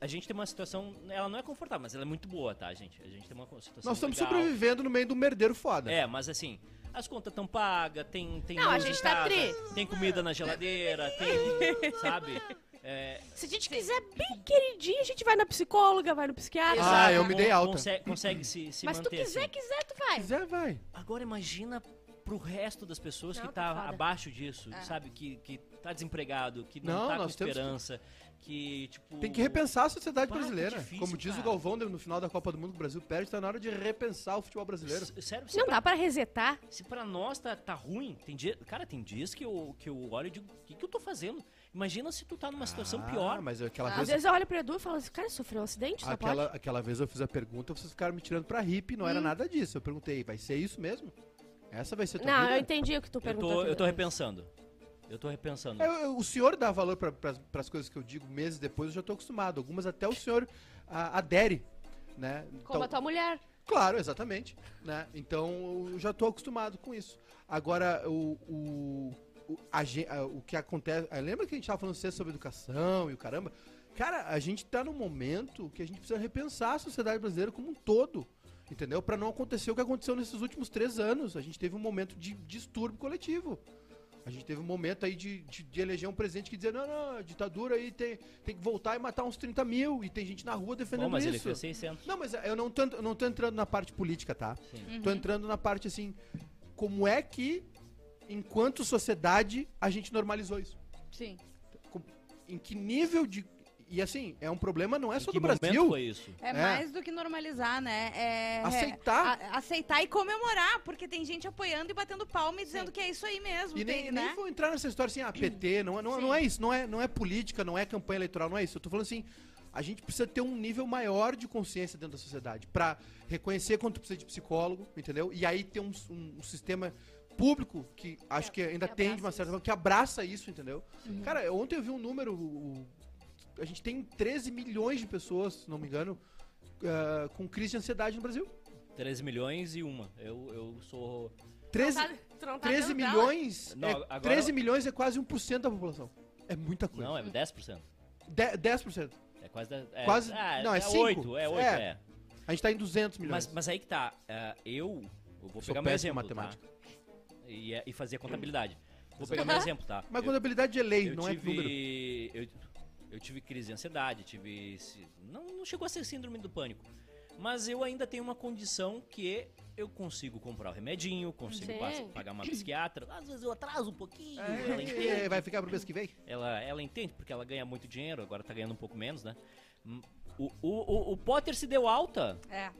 a, a gente tem uma situação, ela não é confortável, mas ela é muito boa, tá, gente? A gente tem uma situação
é
Nós estamos
legal.
sobrevivendo no meio do merdeiro foda.
É, mas assim, as contas estão pagas, tem, tem.
Não, a
luz em
gente tá
casa,
tri.
Tem comida na geladeira, tem. Sabe? É,
Se a gente quiser bem queridinho, a gente vai na psicóloga, vai no psiquiatra.
Ah,
exato,
eu me dei
con-
alta.
Consegue, consegue se, se
Mas se tu
manter
quiser,
assim.
quiser, tu vai.
quiser, vai.
Agora imagina pro resto das pessoas
Não,
que
tá
tá
foda.
abaixo disso,
É.
sabe? Que, que tá desempregado, que não,
Não,
tá com
nós temos que-
esperança, que... tipo...
Hum.
Tem que repensar a sociedade
Bah, que
brasileira.
difícil,
Como diz
cara.
o Galvão no final da Copa do Mundo, que o Brasil perde, tá na hora de repensar o futebol brasileiro.
S- Sério, se
Não
pra,
dá pra resetar.
se pra nós tá, tá ruim, tem dia, cara, tem dias que eu, que eu olho e digo, o que, que eu tô fazendo? Imagina se tu tá numa situação
Ah,
pior.
Mas aquela
Às
vez.
vezes eu olho pro Edu e falo assim, cara, sofreu um acidente, só
Aquela,
pode. Hum.
aquela vez eu fiz a pergunta, vocês ficaram me tirando pra hippie, não era nada disso. Eu perguntei, vai ser isso mesmo? Essa vai ser tua
Não,
vida?
eu entendi o que tu
Eu
perguntou.
tô, eu
Edu.
tô repensando. Eu tô repensando.
É, eu- o senhor dá valor pra, pras, pras coisas que eu digo meses depois, eu já tô acostumado. Algumas até o senhor ah, adere, né?
Como a
Então-
tua mulher.
Claro, exatamente. Né? Então eu já tô acostumado com isso. Agora, o, o, o, a gen- a- o que acontece. ah, Lembra que a gente tava falando cedo sobre educação e o caramba? Cara, a gente tá num momento que a gente precisa repensar a sociedade brasileira como um todo. Entendeu? Pra não acontecer o que aconteceu nesses últimos três anos. A gente teve um momento de distúrbio coletivo. A gente teve um momento aí de, de, de eleger um presidente que dizia: não, não, a ditadura aí tem, tem que voltar e matar uns 30 mil. E tem gente na rua defendendo
Bom, mas
isso.
ele fez 600.
Não, mas eu não tô, eu não tô entrando na parte política, tá?
Sim.
Tô entrando na parte assim, como é que, enquanto sociedade, a gente normalizou isso?
Sim.
Com- Em que nível de. E assim, é um problema não é
Em
só
que
do
momento
Brasil.
foi isso?
É,
É. Ah!
mais do que normalizar, né? É,
Aceitar.
é, a- aceitar e comemorar, porque tem gente apoiando e batendo palma e dizendo que é isso aí mesmo.
E nem,
tem,
nem
né?
vou entrar nessa história assim, ah, PT, não, é- não, é-
Sim.
não é isso, não é, não é política, não é campanha eleitoral, não é isso. Eu tô falando assim, a gente precisa ter um nível maior de consciência dentro da sociedade pra reconhecer quanto precisa de psicólogo, entendeu? E aí ter um, um- um sistema público que acho que ainda
que
tem de
abraça
uma certa forma, que abraça isso, entendeu? Cara, ontem eu vi um número, o- o- a gente tem 13 milhões de pessoas, se não me engano, ah, com crise de ansiedade no Brasil.
13 milhões e uma. Eu, eu sou.
13,
Tu não tá- tu não tá
13
dando dela?
milhões,
Não,
é,
agora-
13 milhões é quase 1% da população. É muita coisa.
Não, é 10%.
De- 10%.
É quase. dez- É,
Quase-
ah,
não, é
é
cinco.
8, é 8,
É.
é.
A gente tá em 200 milhões.
Mas, mas aí que tá. é, eu, eu vou
Sou
pegar meu
péssimo em
exemplo.
matemática.
Tá? E, é- e fazer contabilidade. Vou pegar meu exemplo, tá?
Mas
Eu-
contabilidade é lei,
eu
não é número.
tive, eu, eu tive crise de ansiedade, tive. esse- Não, não chegou a ser síndrome do pânico. Mas eu ainda tenho uma condição que eu consigo comprar o remedinho, consigo
Sim.
pa- pagar uma psiquiatra. Às vezes eu atraso um pouquinho, ela entende.
É, vai ficar pro mês que vem?
Ela, ela entende, porque ela ganha muito dinheiro, agora tá ganhando um pouco menos, né? Hum, O, o, o- o Potter se deu alta.
É.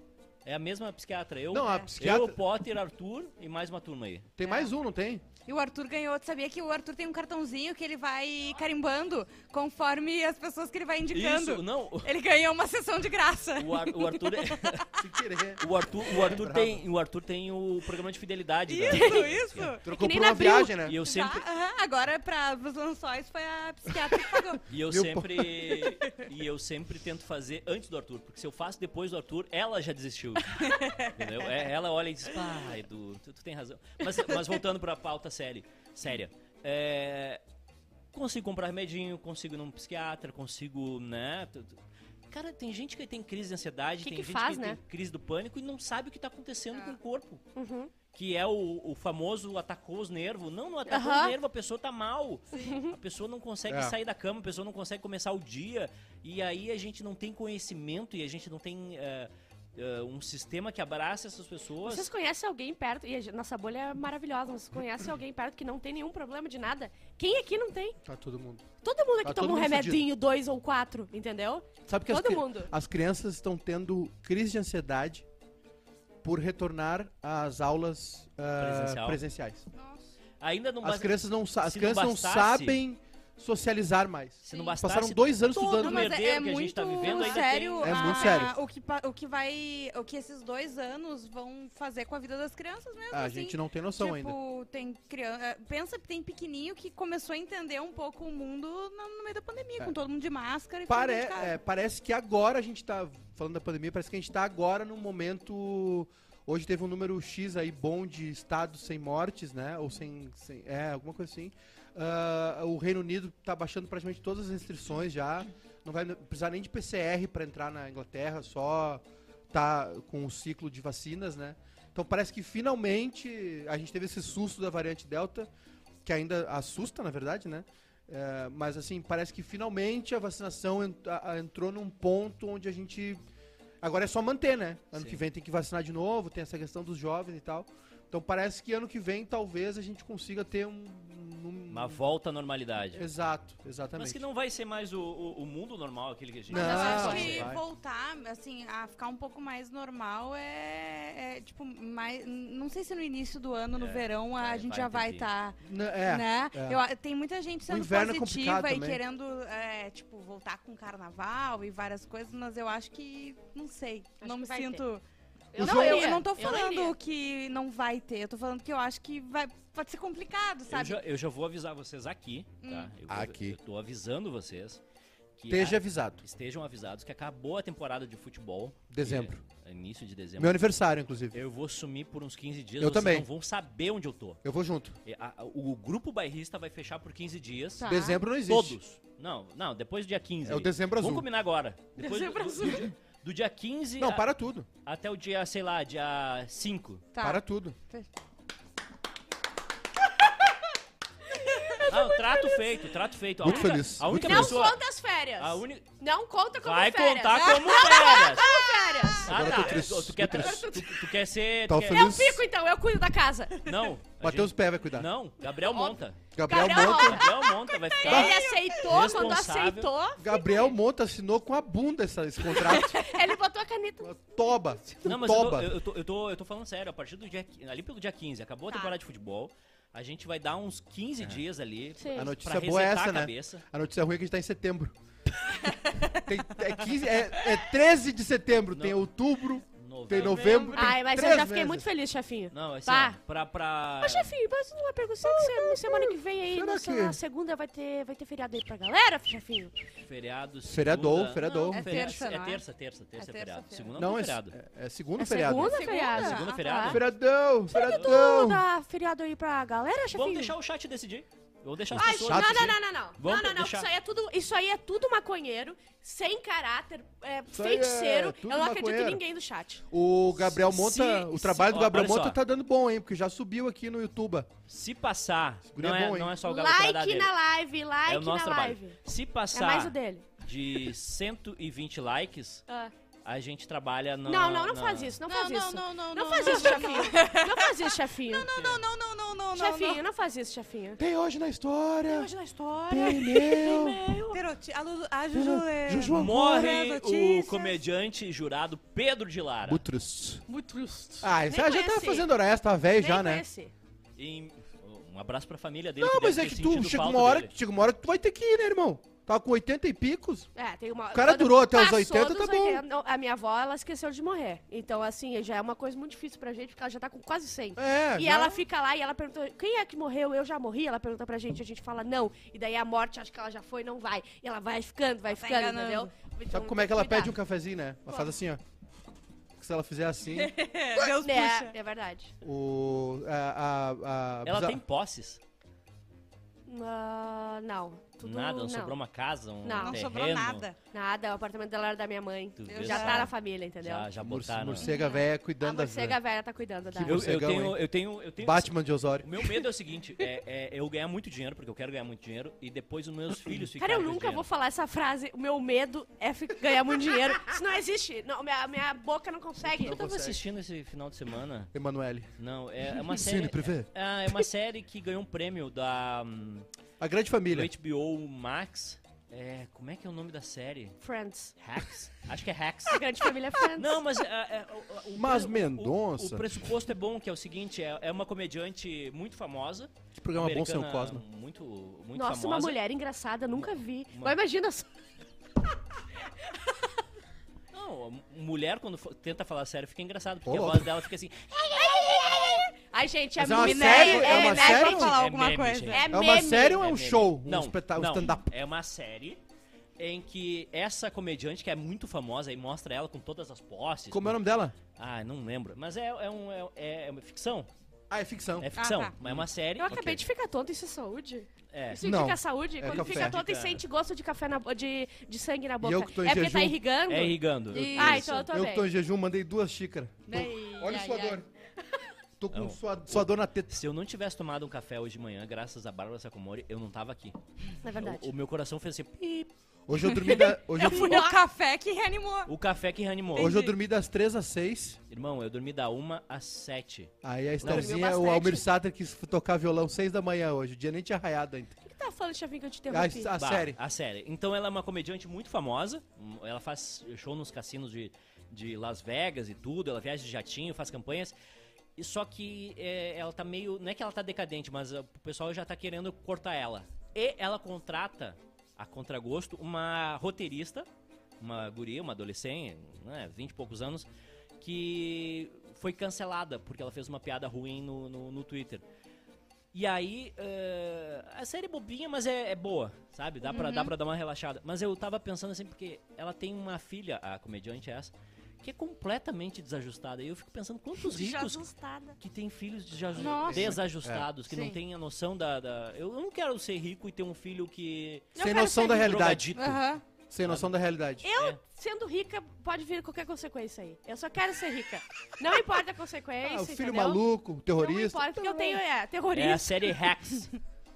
É a mesma psiquiatra. Eu,
Não, a psiquiatra-
eu, Potter, Arthur e mais uma turma aí.
Tem mais um, não tem?
E o Arthur ganhou. Tu sabia que o Arthur tem um cartãozinho que ele vai carimbando conforme as pessoas que ele vai indicando.
Isso, não.
Ele ganhou uma sessão de graça.
O, Ar- o Arthur. é-
Se querer.
O Arthur, o Arthur
bravo.
tem, o Arthur tem o programa de fidelidade. da-
Isso, isso.
Trocou
nem
por uma
na Abril.
viagem, né?
E eu sempre,
Tá, aham, agora, para os lençóis, foi a psiquiatra que pagou.
e eu
Meu
sempre, e eu sempre tento fazer antes do Arthur, porque se eu faço depois do Arthur, ela já desistiu. entendeu? É, Ela olha e diz: "Ah, Edu, tu, tu tem razão". Mas, mas voltando para a pauta séria, séria. é, consigo comprar remedinho, consigo ir num psiquiatra, consigo, né? tu- tu- Cara, tem gente que tem crise de ansiedade,
Que
tem
que
gente
faz,
que
né? Ah.
tem crise do pânico e não sabe o que tá acontecendo com o corpo.
Uhum.
Que é o, o famoso atacou os nervos. Não, não atacou
Aham.
os nervos, a pessoa tá mal. A pessoa não consegue
É.
sair da cama, a pessoa não consegue começar o dia. E aí a gente não tem conhecimento e a gente não tem eh, eh, um sistema que abraça essas pessoas.
Vocês conhecem alguém perto, e a gente- nossa bolha é maravilhosa, mas vocês conhecem alguém perto que não tem nenhum problema de nada? Quem aqui não tem?
Tá todo mundo.
Todo mundo aqui
Tá todo
toma um
mundo
remedinho, dois ou quatro, entendeu?
Sabe que as,
Todo
cri-
mundo.
as crianças estão tendo crise de ansiedade por retornar às aulas ah,
eh, Presencial.
presenciais.
Ainda não
As
basta-
crianças não, sa- as
se não
crianças não
bastasse-
sabem socializar mais.
se não
Sim.
bastasse,
Passaram dois anos
todo
estudando.
mundo- merdeiro que a gente tá vivendo ainda tem-
é, sério,
É muito
a-
sério.
O que, pa- o que vai. O que esses dois anos vão fazer com a vida das crianças mesmo.
A
assim.
gente não tem noção
tipo,
ainda.
tem criança. Pensa que tem pequenininho que começou a entender um pouco o mundo na- no, meio da pandemia, com todo mundo de máscara e
É.
ficando
Pare-
dentro de casa.
é, parece que agora a gente tá falando da pandemia, parece que a gente tá agora num momento. Hoje teve um número X aí bom de estados sem mortes, né? Ou sem. sem- é, alguma coisa assim. Ah, o Reino Unido tá baixando praticamente todas as restrições já. Não vai ne- precisar nem de PCR para entrar na Inglaterra, só tá com o ciclo de vacinas, né? Então parece que finalmente a gente teve esse susto da variante Delta, que ainda assusta, na verdade, né? É, mas assim, parece que finalmente a vacinação ent- a- a- entrou num ponto onde a gente. Agora é só manter, né? Ano
Sim.
que vem tem que vacinar de novo, tem essa questão dos jovens e tal. Então parece que ano que vem talvez a gente consiga ter um. um-
Uma volta à normalidade.
Exato,
Mas
exatamente.
que não vai ser mais o, o- o mundo normal, aquele que a gente... tá
Mas eu
Não,
acho
vai,
que
vai.
voltar, assim, a ficar um pouco mais normal é, é, tipo, mais. Não sei se no início do ano, no
É,
verão, a
vai-
gente
vai
já vai
ter que-
estar.
N- é,
né?
é.
Eu a- tem muita gente sendo
inverno é
positiva
complicado
e
também.
querendo, é, tipo, voltar com carnaval e várias coisas, mas eu acho que. Não sei.
Acho
não
que
me
vai
sinto.
Eu
não,
não
eu,
iria,
eu não tô
eu não
falando
iria.
que não vai ter, eu tô falando que eu acho que vai, pode ser complicado,
Eu
sabe?
já, eu já vou avisar vocês aqui, tá? Eu, vou-
Aqui.
Eu tô avisando vocês que
Esteja
a-
avisado.
estejam avisados que acabou a temporada de futebol.
Dezembro.
que é início de dezembro.
Meu aniversário, inclusive.
Eu vou sumir por uns 15 dias.
Eu
vocês
também.
não vão saber onde eu tô.
Eu vou junto.
E a- a- o grupo bairrista vai fechar por 15 dias.
Tá.
Dezembro não existe.
Todos. Não, não, depois do dia 15.
É o dezembro azul.
Vamos combinar agora. Depois do-
Dezembro
do,
azul.
do dia- do dia 15
Não,
a-
para tudo.
até o dia, sei lá, dia 5.
Tá.
Para tudo.
Ah, o trato feito, trato feito. A
Muito
única-
feliz,
A única
muito
Não
pessoa...
conta as férias.
A única...
Não conta como
Vai
férias. Ah, tá.
contar como férias.
Como férias.
Ah,
Agora eu
tá.
tô triste,
Tu, tu quer,
tô
tra- tu- tu quer ser.
Tá
tu quer-
ofendido.
Eu
Isso.
fico então, eu cuido da casa.
Não. a
Mateus
gente-
Pé vai cuidar.
Não, Gabriel Monta.
Gabriel
Gabriel
Monta.
Gabriel Monta vai
Ele
ficar.
aceitou, quando
Responsável.
aceitou,
Gabriel Monta assinou com a bunda essa- esse contrato.
ele botou a caneta.
Uma Toba. Um
Não, mas eu tô,
toba.
eu, tô, eu, tô, eu tô falando sério, a partir do dia. qui- Ali pelo dia 15, acabou a
Tá.
temporada de futebol. A gente vai dar uns 15 dias ali
Sim.
pra-
A É. notícia
pra
boa é
resetar
essa,
a
né?
cabeça.
A notícia ruim é que a gente tá em setembro. Tem- é, 15, é, é 13 de setembro, tem
Não.
outubro,
Novembro.
tem novembro. tem
Ai, mas eu
três
já fiquei
meses.
muito feliz, chefinho.
Não, assim,
Pá.
ó, pra, pra.
Ô, chefinho, mas uma pergunta, será que semana, semana que vem aí,
Será
na
que-
na segunda, vai ter, vai ter feriado aí pra galera, chefinho?
Feriado.
Feriadou,
segunda-
feriadou.
Não,
É
feriado-
terça, não
é
é?
terça, terça, terça é feriado.
terça-feira.
Segunda não
Não,
é
é,
feriado.
é, é segundo
É
feriado. É
segunda É
Segunda?
feriado?
Ah,
Segunda
tá.
feriado.
Feriadão,
Tu
feriadão.
dá feriado aí pra galera, chefinho?
Vamos deixar o chat decidir. Vamos deixar as
Ai,
pessoas.
chato,
não, não,
decidirem.
não, não, não.
Vamos
não, não, não.
deixar.
Isso aí é tudo, isso aí é tudo maconheiro, sem caráter,
aí
é,
é
feiticeiro. eu
tudo
não acredito em
maconheiro.
ninguém do chat.
O Gabriel Monta,
Se-
o trabalho do
se- ó,
Gabriel
olha
Monta
só.
tá dando bom, hein? Porque já subiu aqui no YouTube.
Se passar,
guri
não
é
é,
bom, hein?
não é só o Gabriel que vai dar
Like
dele.
na live, like
é o nosso
na
trabalho.
live.
Se
É mais o
passar
dele.
de 120 likes,
Ah.
a gente trabalha na.
Não, não, não
na-
faz isso, não faz isso.
não, não,
Não faz isso, chefinho. Não faz isso, chefinho.
Não, não, não, não, não, não.
Chefinho, não faz isso, chefinho.
Tem hoje na história.
Hoje na história.
Tem meu.
Teroti- A, Lulu- a Juju é- Lê.
Juju Amor.
Boas
Morre o
notícias.
comediante jurado Pedro de Lara.
Butrus.
Muito justo.
Ah, esse
Nem
aí já tá
conheci.
fazendo hora extra, tá velho já, né?
Conheci.
Em- Um abraço pra família dele.
Não,
que
mas é
deve
que
ter
tu
sentido
chega
falta
uma hora,
dele.
chega uma hora que tu vai ter que ir, né, irmão? Tava com 80 e picos.
É, tem uma...
O cara
quando
durou até os
passou
80,
dos
tá bom.
não, a minha avó, ela esqueceu de morrer. Então, assim, já é uma coisa muito difícil pra gente, porque ela já tá com quase 100.
É.
E
já-
ela fica lá e ela perguntou: quem é que morreu? Eu já morri? Ela pergunta pra gente, a gente fala não. E daí a morte, acho que ela já foi, não vai. E ela vai ficando, vai ficando,
enganando.
entendeu? Então,
Sabe como é que ela pede um cafezinho, né? Ela faz assim, ó. Se ela fizer assim,
É, Deus puxa.
É, é verdade.
o. A, a, a-
Ela
bisa-
tem posses.
Ah, não. Tudo,
nada, não, sobrou uma casa, um
Não
Não.
terreno.
sobrou nada.
Nada, o apartamento dela era da minha mãe.
Tu
vê
Já
só.
tá na família, entendeu?
Já, já
Murce-
botaram.
morcega velha cuidando
a
da
morcega velha tá cuidando da.
Que
Eu, eu
Morcegão,
tenho, eu tenho, eu tenho.
Batman de Osório.
O meu medo é o seguinte: é, é eu ganhar muito dinheiro, porque eu quero ganhar muito dinheiro, e depois os meus filhos
Cara,
ficarem.
eu
com
nunca
dinheiro.
vou falar essa frase. O meu medo é fi- ganhar muito dinheiro. Isso não existe. Não, minha, minha boca não consegue.
Eu tava
consegue.
assistindo esse final de semana.
Emanuele.
Não, é é uma
Cine
série.
Privé.
Ah, é uma série que ganhou um prêmio da hum,
A grande
do
família.
HBO Max. É, como é que é o nome da série?
Friends.
Hacks? Acho que é Hacks.
A grande família Friends.
Não, mas. é, é, o- o- o-
Mas
o- o-
Mendonça.
O, pressuposto é bom, que é o seguinte: é, é uma comediante muito famosa.
Que programa bom seu
americana
Cosmo.
Muito, muito
Nossa,
famosa.
uma mulher engraçada, nunca vi.
uma-
Mas imagina só.
Não, a mu- mulher quando fo- tenta falar sério fica engraçado, porque
Ô,
a
louco.
voz dela fica assim.
Ai, gente, é,
Mas é uma
meme,
série?
é,
É uma
meme,
série?
gente.
falar
É
alguma
meme,
coisa.
gente.
É,
É
meme.
uma série ou é um
meme.
show? Um
Não,
espetáculo, um
não,
stand-up.
É uma série em que essa comediante, que é muito famosa, e mostra ela com todas as posses.
Como é o nome dela?
Ah, não lembro. Mas é, é, um, é, é uma ficção.
Ah, é ficção.
É ficção.
tá.
Mas é uma série.
Eu acabei
Ok.
de ficar tonta, isso é saúde?
É.
Isso
Não,
indica saúde?
é
Quando
café.
fica tonta e
Indica-
sente gosto de café na bo- de, de sangue na boca.
eu que tô em
é porque tá
jejum.
irrigando?
É irrigando.
E-
Ah,
Isso.
então eu tô
Eu que
bem.
tô em jejum, mandei duas xícaras.
É
Bem,
Olha
ai,
sua
ai.
dor. Tô com um
Não.
sua, sua dor na teta.
Se eu não tivesse tomado um café hoje de manhã, graças a Bárbara Sacomori, eu não tava aqui.
Na é verdade.
O, o meu coração fez assim. pip.
Hoje eu dormi, da- hoje eu-
Foi o café que reanimou.
O café que reanimou.
hoje eu dormi das 3 às 6.
Irmão, eu dormi da 1 às 7.
Aí a Starzinha,
dormiu
o
bastante.
Almir Sater quis tocar violão 6 da manhã hoje. O dia nem tinha raiado ainda.
O que tá falando, Chavinho, que eu te
A,
interrompi?
a
Bah,
série.
A série. Então ela é uma comediante muito famosa. hum, Ela faz show nos cassinos de, de Las Vegas e tudo. Ela viaja de jatinho, faz campanhas. E só que é, ela tá meio. Não é que ela tá decadente, mas ah, o pessoal já tá querendo cortar ela. E ela contrata, a contragosto, uma roteirista, uma guria, uma adolescente, né, 20 e poucos anos, que foi cancelada porque ela fez uma piada ruim no, no, no Twitter. E aí, eh, a série é bobinha, mas é, é boa, sabe? Dá pra, dá pra dar uma relaxada. Mas eu tava pensando assim, porque ela tem uma filha, a comediante essa, que é completamente desajustada. E eu fico pensando quantos ricos
Desajustada.
que tem filhos desaju-
Nossa.
desajustados, que não
Sim.
tem a noção da, da- Eu não quero ser rico e ter um filho que...
Não
Sem
quero
noção
ser
da
um
realidade.
drogadito.
Aham.
Sem noção da realidade.
Eu...
Sendo rica, pode vir qualquer consequência aí. Eu só quero ser rica. Não importa a consequência,
Ah, o filho
entendeu?
maluco, o
Não
terrorista.
importa, porque eu tenho, é,
É, a
terrorista.
série Hacks,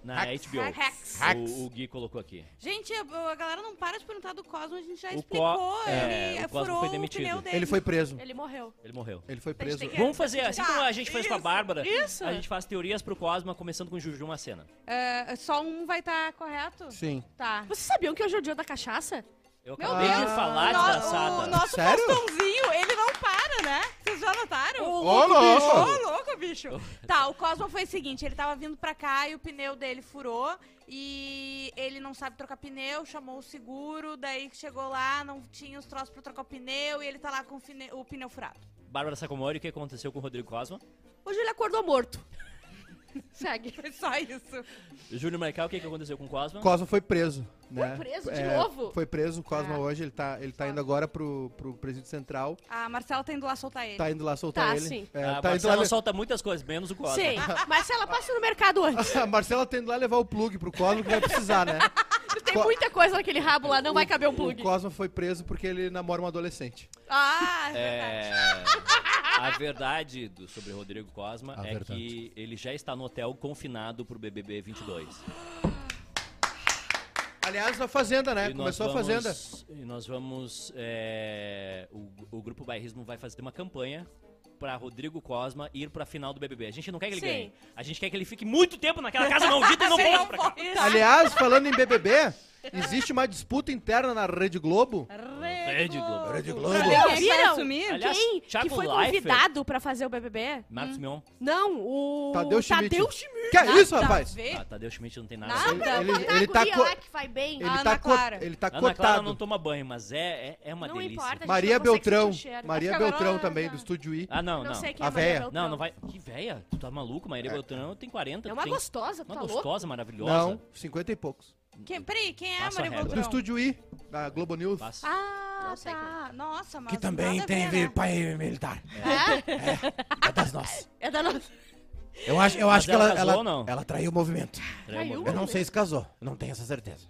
na HBO.
Hacks.
O, o Gui colocou aqui.
Gente, a, a galera não para de perguntar do Cosmo, a gente já
O
explicou.
Co- é,
ele
o Cosmo
furou
foi
o
demitido.
pneu dele.
Ele foi preso.
Ele morreu.
Ele morreu.
Ele foi
A gente
preso.
tem que-
Vamos fazer, assim
Tá,
como a gente fez com a
isso,
Bárbara,
isso.
a gente faz teorias pro Cosma, começando com Juju Macena.
É, só um vai estar correto?
Sim.
Tá.
Vocês sabiam que hoje é o dia da cachaça?
Eu
Meu
acabei
Deus!
de falar,
no-
desgraçada.
o nosso
Sério?
Faustãozinho, ele não para, né? Vocês já notaram? Ô,
louco, bicho!
Ô, louco, bicho! Tá, o Cosmo foi o seguinte, ele tava vindo pra cá e o pneu dele furou e ele não sabe trocar pneu, chamou o seguro, daí que chegou lá, não tinha os troços pra trocar o pneu e ele tá lá com o, fine- o pneu furado.
Bárbara Sacomori, o que aconteceu com o Rodrigo Cosma?
Hoje ele acordou morto. Segue.
Foi só isso.
Júlio Marcal, o que que aconteceu com o Cosma?
Cosmo foi preso, né?
preso de novo?
Foi preso, o Cosmo
Ah.
hoje, ele tá, ele tá indo agora pro, pro presídio central,
A Marcela tá indo lá soltar ele.
tá indo lá soltar
Tá,
ele.
sim.
É,
a
tá indo
Marcela
lá...
Ah, solta muitas coisas, menos o Cosma.
Sim. Marcela, passa no mercado antes.
A Marcela tá indo lá levar o plug pro Cosmo, que vai precisar, né?
Tem
Co-
muita coisa naquele rabo lá, não vai caber um
O
plug.
Cosmo foi preso porque ele namora uma adolescente.
Ah,
É, a verdade do- sobre Rodrigo Cosma
A
é
verdade.
que ele já está no hotel confinado pro BBB 22.
Aliás, a Fazenda, né?
E nós
Começou a
vamos-
Fazenda.
E nós vamos. é, o, o Grupo Bairrismo vai fazer uma campanha pra Rodrigo Cosma ir pra final do BBB. A gente não quer que ele
Sim.
ganhe. A gente quer que ele fique muito tempo naquela casa maldita e não
Ele
volte pra cá. Tá
volta.
Aliás, falando em BBB, existe uma disputa interna na Rede Globo.
Rede Globo.
Rede Globo.
Não,
Quem é vai
viram?
assumir?
Aliás,
Quem
Thiago
que foi
Leifert.
convidado pra fazer o BBB?
Marcos Mion.
Não, o
Tadeu Schmidt.
Tadeu Schmidt.
Que é isso,
Nada a
rapaz?
ver.
Ah, Tadeu Schmidt não tem nada.
Nada.
a ver.
Nada,
Ele-
ele,
ele- ele tá co-
lá que vai bem. Ah,
Ele
Ana
tá, co-
Clara.
ele tá
Ana Clara não
cotado.
toma banho, mas é, é, é uma
Não
delícia.
importa. A gente
Maria
não consegue
Beltrão.
sentir o cheiro.
Maria
Acho que agora
Beltrão
ela-
também, do Estúdio I.
Ah, não,
não,
não.
sei quem
A
é Maria
véia.
Beltrão.
Não, não vai. Que véia? Tu tá maluco? Maria Beltrão tem 40.
É
tu
uma
tem...
gostosa, tu
Uma
tá louco?
gostosa, maravilhosa.
Não, 50 e poucos.
Quem, peraí, quem é a
Passa
Maria
a régua.
Do
Beltrão?
Estúdio I, da Globo News.
Passa.
Ah,
Não sei
tá. Nossa, mas
Que também
nada a
tem
ver, né?
pai militar.
É?
É das nossas.
É da nossa.
Eu acho, eu
Mas
acho que
ela
ela,
casou
ela,
ou não?
ela traiu o movimento.
Tremor.
Eu não sei se casou, não tenho essa certeza.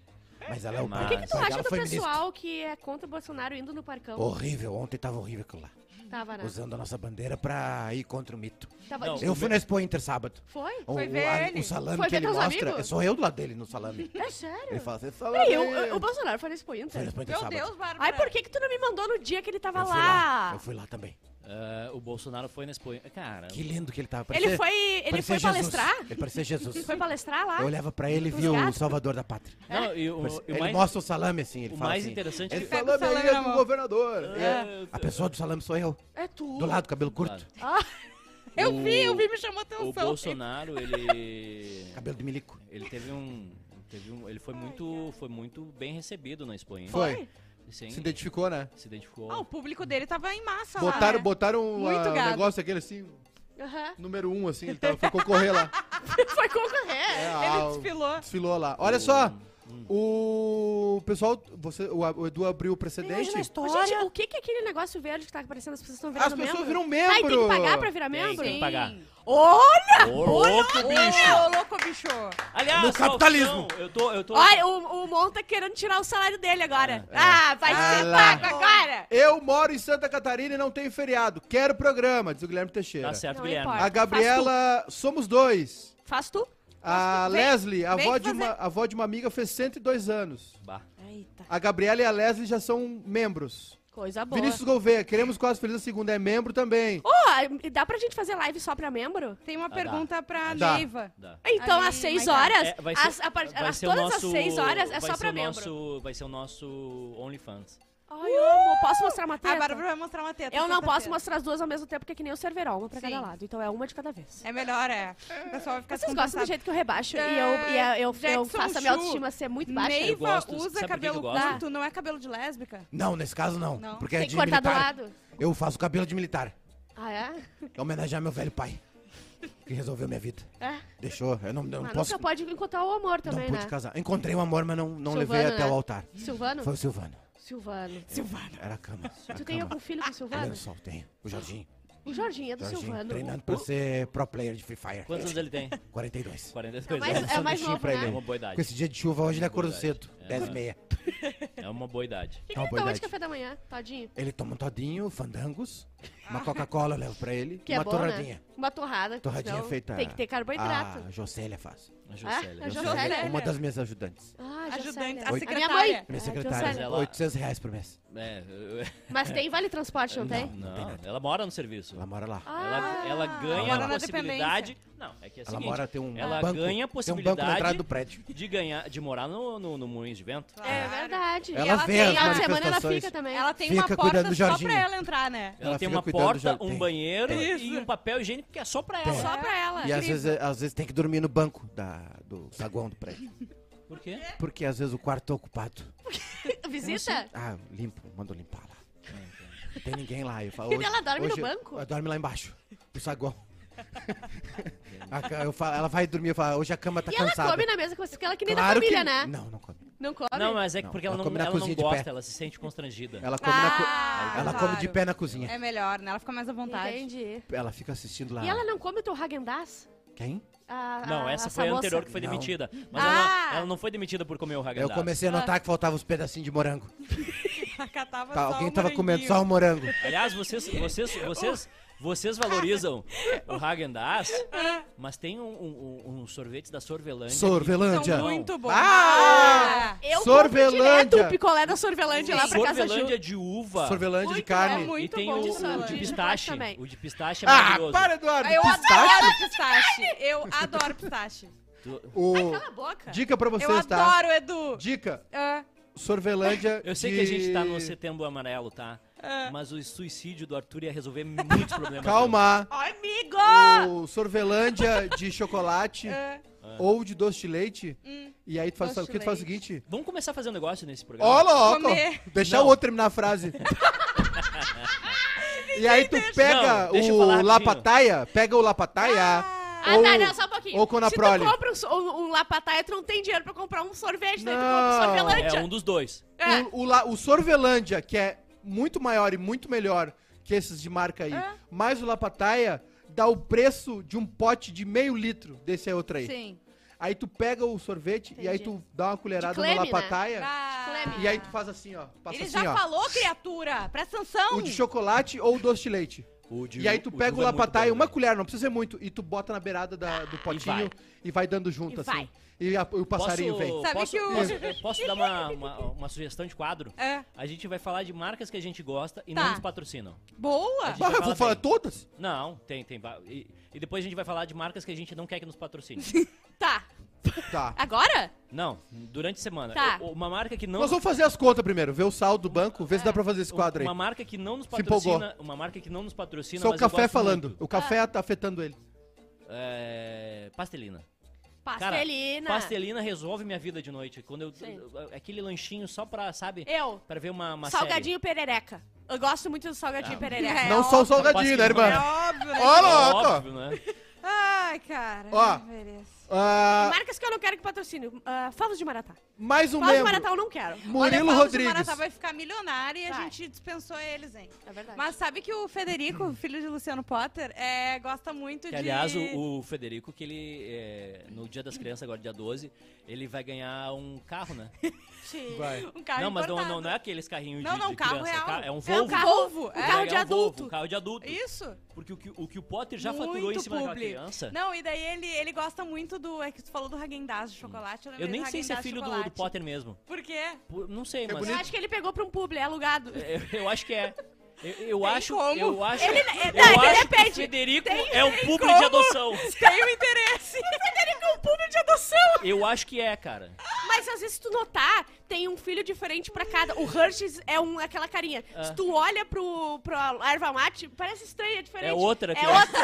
Mas ela é o
Mas-
pai.
O que que
Tu acha
ela
do
foi ministra.
pessoal que é contra o Bolsonaro indo no parcão?
Horrível, ontem tava horrível aquilo lá.
Tava, né?
Usando a nossa bandeira pra ir contra o mito.
Tava...
Não.
Eu fui na Expo Inter sábado.
Foi?
O,
Foi
o-
ver
a-
ele.
o salame
Foi
que
ver
ele
teus
mostra,
amigos?
eu sou eu do lado dele no salame.
É
Ele
sério?
fala assim,
Peraí,
salame.
eu, eu- o Bolsonaro foi nesse pointer.
Fui na Expo Inter
Meu
sábado.
Deus, Bárbara.
Ai, por que que tu não me mandou no dia que ele tava
Eu fui lá. Eu fui lá também.
Ah, o Bolsonaro foi na Espanha. Cara,
Que lindo que ele tava.
Ele foi, ele
parecia
foi
Jesus.
palestrar?
Ele parecia Jesus.
Foi palestrar lá?
Eu olhava pra ele e
Os
via o
gatos.
salvador da pátria.
não,
É.
e o,
Parece-
e o
Ele
mais,
mostra o salame assim, ele
o
fala
mais
assim.
interessante
Ele
é que-
pega
falou
o salame
aí
na
do
mão.
governador.
Ah.
É.
A pessoa do salame sou eu.
É tu.
Do lado, cabelo curto,
É.
Eu vi, eu vi, me chamou atenção.
O Bolsonaro, ele.
cabelo de milico.
Ele teve um. Teve um ele foi muito, foi muito bem recebido na Espanha.
Foi.
Sim,
Se identificou, né?
se identificou.
Ah, o público dele tava em
Tá
massa
Botaram,
é.
lá. né?
botaram um
Muito
ah,
gado.
negócio aquele assim,
Aham.
número um, assim, ele tava, foi concorrer lá.
Foi concorrer.
É,
Ele
ah,
desfilou.
Desfilou lá.
Hum,
Olha só, o pessoal, você, o, o Edu abriu o precedente.
Ô, Gente, o que que é aquele negócio verde que tá aparecendo? As pessoas estão virando
As pessoas
membro?
viram
Tá, e tem que
membro.
pagar pra virar membro?
Tem que pagar.
Olha!
Ô, louco, bicho!
Ô, louco, bicho.
Aliás,
No
ó,
capitalismo.
opção, eu tô. Eu tô
Olha, o, o Mon tá querendo tirar o salário dele agora. Ah, vai
Ah,
ser
lá.
pago agora!
Eu moro em Santa Catarina e não tenho feriado. Quero programa, diz o Guilherme Teixeira.
Tá certo,
Não
Guilherme.
importa.
A Gabriela, somos dois.
Faz tu?
A Leslie, a
vem
avó,
que
de uma,
fazer.
a avó de uma amiga, fez 102 anos.
Bah.
Eita,
A Gabriela e a Leslie já são membros.
coisa boa.
Vinícius Gouveia, queremos quase feliz a segunda, é membro também.
Ô, dá pra gente fazer live só pra membro?
Tem uma
dá.
pergunta
Ah,
pra
Dá.
Neiva.
Ah,
Dá.
Então,
Ali,
às 6
vai dar.
horas,
É, vai ser-
as- a part-
Vai
as-
ser o
todas
nosso-
às 6 horas é
vai
só
ser
pra
o
membro.
Nosso, vai ser o nosso OnlyFans.
Ai, eu amo. Posso mostrar uma teta?
A Bárbara vai mostrar uma teta.
Eu não
sexta-feira.
posso mostrar as duas ao mesmo tempo, porque é que nem o Cerverol, uma pra cada
Sim.
lado. Então é uma de cada vez.
É melhor, é. O pessoal vai ficar
Vocês gostam do
descompensado.
jeito que eu rebaixo e eu, e
É,
eu, eu, eu
Jackson
faço a minha
Chu,
autoestima ser muito baixa?
Eu
Neiva
gosto, sabe por que
usa
eu
cabelo
gosto?
curto, não é cabelo de lésbica?
Não, nesse caso não.
Não.
Porque é
Tem
de
que cortar do
militar.
lado.
Eu faço cabelo de militar.
Ah, é?
É homenagear meu velho pai. Que resolveu minha vida.
É.
Deixou. Eu não, eu não
Mas
posso. um
nunca pode encontrar o amor
Não
também,
pude
né?
casar. Encontrei um amor, mas não, não
Silvano,
levei até
né?
o altar.
Silvano?
Foi o Silvano.
Silvano.
Era a cama. era
Tu tem
a cama.
algum filho com o Silvano?
Olha só, tenho. O Jorginho.
O Jorginho é do
Ah, Jorginho,
Silvano.
treinando pra ser pro player de Free Fire.
Quantos anos ele tem?
42.
42
É mais-
anos.
é mais
sanduichinho
novo,
pra
É
ele.
uma
né?
boa idade.
Com esse dia de chuva, hoje ele acordou
Verdade.
cedo.
É.
10 e meia.
É uma boa idade.
O que, que
É uma
ele
boa
toma de
idade.
café da manhã, Todinho?
Ele toma um todinho, fandangos, uma Coca-Cola eu levo pra ele,
Que
uma
é bom,
torradinha.
né? Uma torrada.
Torradinha
senão
feita...
Tem que ter
Ah, é
carboidrato. é
a Jocélia faz.
Ah,
A Juscelia.
a
Juscelia.
Jocélia.
é Uma das minhas ajudantes.
Ah,
Ajudante,
Jocélia.
a
Oi.
minha
secretária.
mãe. Ah,
Minha secretária.
Jocélia.
Ela-
800 reais por mês.
É, eu- eu-
Mas tem vale transporte, não tem?
Não tem
não,
nada.
ela mora no serviço.
Ela mora lá.
Ah.
Ela, ela ganha
Ela mora
a
na
possibilidade. Não, é que é o
ela
seguinte,
mora, tem um
ela
banco.
ganha a
Tem um banco na entrada
possibilidade
do prédio.
de ganhar, de morar no, no, no Moinhos de Vento.
É verdade.
Ela
E
vê
tem-
as
final de semana ela
manifestações.
fica também.
Ela tem
Fica
uma
cuidando
porta
do
só
Jorginho.
pra ela entrar, né?
Ela,
Ela
tem
fica
uma
cuidando do
porta,
jardim.
um
Tem.
banheiro
Isso.
e um papel higiênico que é só pra
Tem.
ela.
Só pra ela.
Ah,
E às
incrível.
vezes, às vezes tem que dormir no banco da, do saguão do prédio.
Por quê?
Porque às vezes o quarto tá ocupado.
Visita?
Ah, limpo, mando limpar lá. Não tem ninguém lá. Eu falo,
E
hoje-
ela dorme no
hoje-
banco?
Ela dorme lá embaixo, no saguão. A ca- eu falo, ela vai dormir, eu falo, hoje a cama tá
E ela
cansada.
come na mesa com você, que ela que nem
Claro
da família,
que...
né?
Não, não come.
Não come?
Não, mas é que
Não,
porque
ela
ela não,
come na
ela não
cozinha de
gosta,
pé.
ela se sente constrangida.
Ela come, na
Ah,
co- ela
claro.
come de pé na cozinha.
É melhor, né? Ela fica mais à vontade.
Entendi.
Ela fica assistindo lá.
E ela não come o teu Hagendaz?
Quem?
Não, essa foi a anterior que foi
Não.
demitida. Mas
Ah!
ela, ela não foi demitida por comer o
Eu
Haagen-Dazs.
comecei a notar que faltava os pedacinhos de morango.
Ela catava
Tá,
só
alguém
o
tava comendo
moranguinho.
só o morango.
Aliás, vocês, vocês, vocês, vocês valorizam o Haagen-Dazs, mas tem um, um, um- um sorvete da Sorvelândia. que
Sorvelândia.
Muito É bom.
Ah!
Eu
Sorvelândia.
Sorvelândia. direto o picolé da Sorvelândia lá pra casa Ju.
Sorvelândia de uva.
Sorvelândia de
Muito
carne.
bom.
e tem
bom
o,
de
o
sorvete.
de
Eu
pistache.
gosto também.
O de pistache é
Ah,
maravilhoso.
para, Eduardo.
Eu
Pistache.
adoro pistache. Eu adoro pistache.
Tu-
O-
Cala a boca.
Dica pra vocês,
Eu
tá?
adoro, Edu.
Dica.
Ah,
Sorvelândia
Eu sei que a gente tá no setembro amarelo, tá? Mas o suicídio do Arthur ia resolver muitos problemas.
Calma.
amigo!
O Sorvelândia de chocolate
Ah,
ou de doce de leite.
Hum.
E aí tu faz,
Doce
sabe o
de
que tu faz o
leite.
seguinte?
Vamos começar a fazer um negócio nesse programa.
Ó, louco!
Comer.
Deixar
Não.
o outro terminar a frase. e aí tu pega
Não, deixa eu falar
o
rapidinho.
lapataia, pega o lapataia
Ah,
ou,
tá, não, só um pouquinho.
ou conaprole.
Se tu compra um, so- um, um lapataia, tu não tem dinheiro pra comprar um sorvete, daí tu
Não.
compra um sorvelândia.
É um dos dois.
É.
o, o la- o sorvelândia, que é muito maior e muito melhor que esses de marca aí,
Ah.
mais o lapataia, dá o preço de um pote de meio litro desse aí outro aí.
Sim.
Aí tu pega o sorvete e aí tu dá uma colherada
De
né?
creme,
no lapataia
Ah.
É. e aí tu faz assim, ó. Passa
Ele
assim,
já
ó.
falou, criatura. Presta atenção.
O de chocolate ou o doce de leite.
O de
E aí
u-
tu
de
pega o
uva é muito
lapataia,
bom,
uma
né?
colher, não precisa ser muito, e tu bota na beirada da- do potinho e
vai.
vai, dando junto,
E
assim.
vai.
E, a- e o passarinho
posso,
vem.
Sabe
posso,
que o-
posso- eu posso dar uma, uma, uma sugestão de quadro?
É.
A gente vai falar de marcas que a gente gosta e
Tá.
não nos patrocinam.
Boa.
gente
Bah,
fala
vou falar
bem.
todas?
Não, tem, tem. va- E, e depois a gente vai falar de marcas que a gente não quer que nos patrocine.
Tá.
Tá.
Agora?
não, durante a semana.
Tá.
O- Uma marca que não. É.
Nós vamos fazer as contas primeiro, ver o saldo do banco, ver se dá pra fazer esse quadro aí.
Uma marca que não nos
Se empolgou.
patrocina. Uma marca que não nos patrocina.
Só o
mas eu
café
gosto
falando.
muito. Ah.
O café tá afetando ele.
É, pastelina. Cara,
Pastelina.
Pastelina resolve minha vida de noite. Quando eu.
Sim.
Aquele lanchinho só pra, sabe?
Eu.
Pra ver uma, uma série.
salgadinho perereca. Eu gosto muito do salgadinho
Ah,
perereca.
É
não só o
óbvio.
salgadinho, né,
Não
irmã?
posso
É óbvio, né?
Ó, louco!
Óbvio, né?
Ai, cara.
Ó.
não mereço.
Ah,
Marcas que eu não quero que patrocine. Ah, favos de Maratá.
mais um
Favos de
membro.
Maratá eu não quero.
Olha,
Murilo
o Paulo de
Rodrigues.
Maratá tá, vai ficar milionário e a
Vai.
gente dispensou eles, hein?
É verdade.
Mas sabe que o Federico, filho de Luciano Potter, é, gosta muito
Que,
de...
aliás, o, o Federico, que ele, é, no Dia das Crianças, agora dia 12, ele vai ganhar um carro, né?
Vai.
Um carro
não, mas não,
importado.
não, não é aqueles carrinhos de,
Não, não,
de
carro
criança.
real.
ca- É
É
um
um
Volvo.
carro, Volvo,
Ele
é.
vai
carro de
ganhar um Volvo,
adulto.
um carro de adulto.
Isso.
Porque o que o, que o Potter já
Muito
faturou em cima daquela
publi.
criança...
Não, e daí ele, ele gosta muito muito do. É que tu falou do Hagendaz de chocolate. Eu,
Eu
lembrei
nem
do
sei se é
Häagen-Dazs de
filho do,
chocolate.
do Potter mesmo.
Por quê?
Por- não
É
sei, mas.
Eu acho que ele pegou pra um publi, é alugado.
Eu, eu acho que é. Eu, eu acho.
como.
Eu acho.
Ele-
eu
é, não, é que
acho que
depende.
o Federico é um público de
como.
adoção.
Tem
um
o interesse. Federico, um público de adoção.
Eu acho que é, cara.
Mas às vezes, se tu notar, tem um filho diferente pra cada. O Hershey's é um, aquela carinha.
Ah.
Se tu olha pro, pro erva mate, parece estranho, é diferente.
É outra
É
que
outra.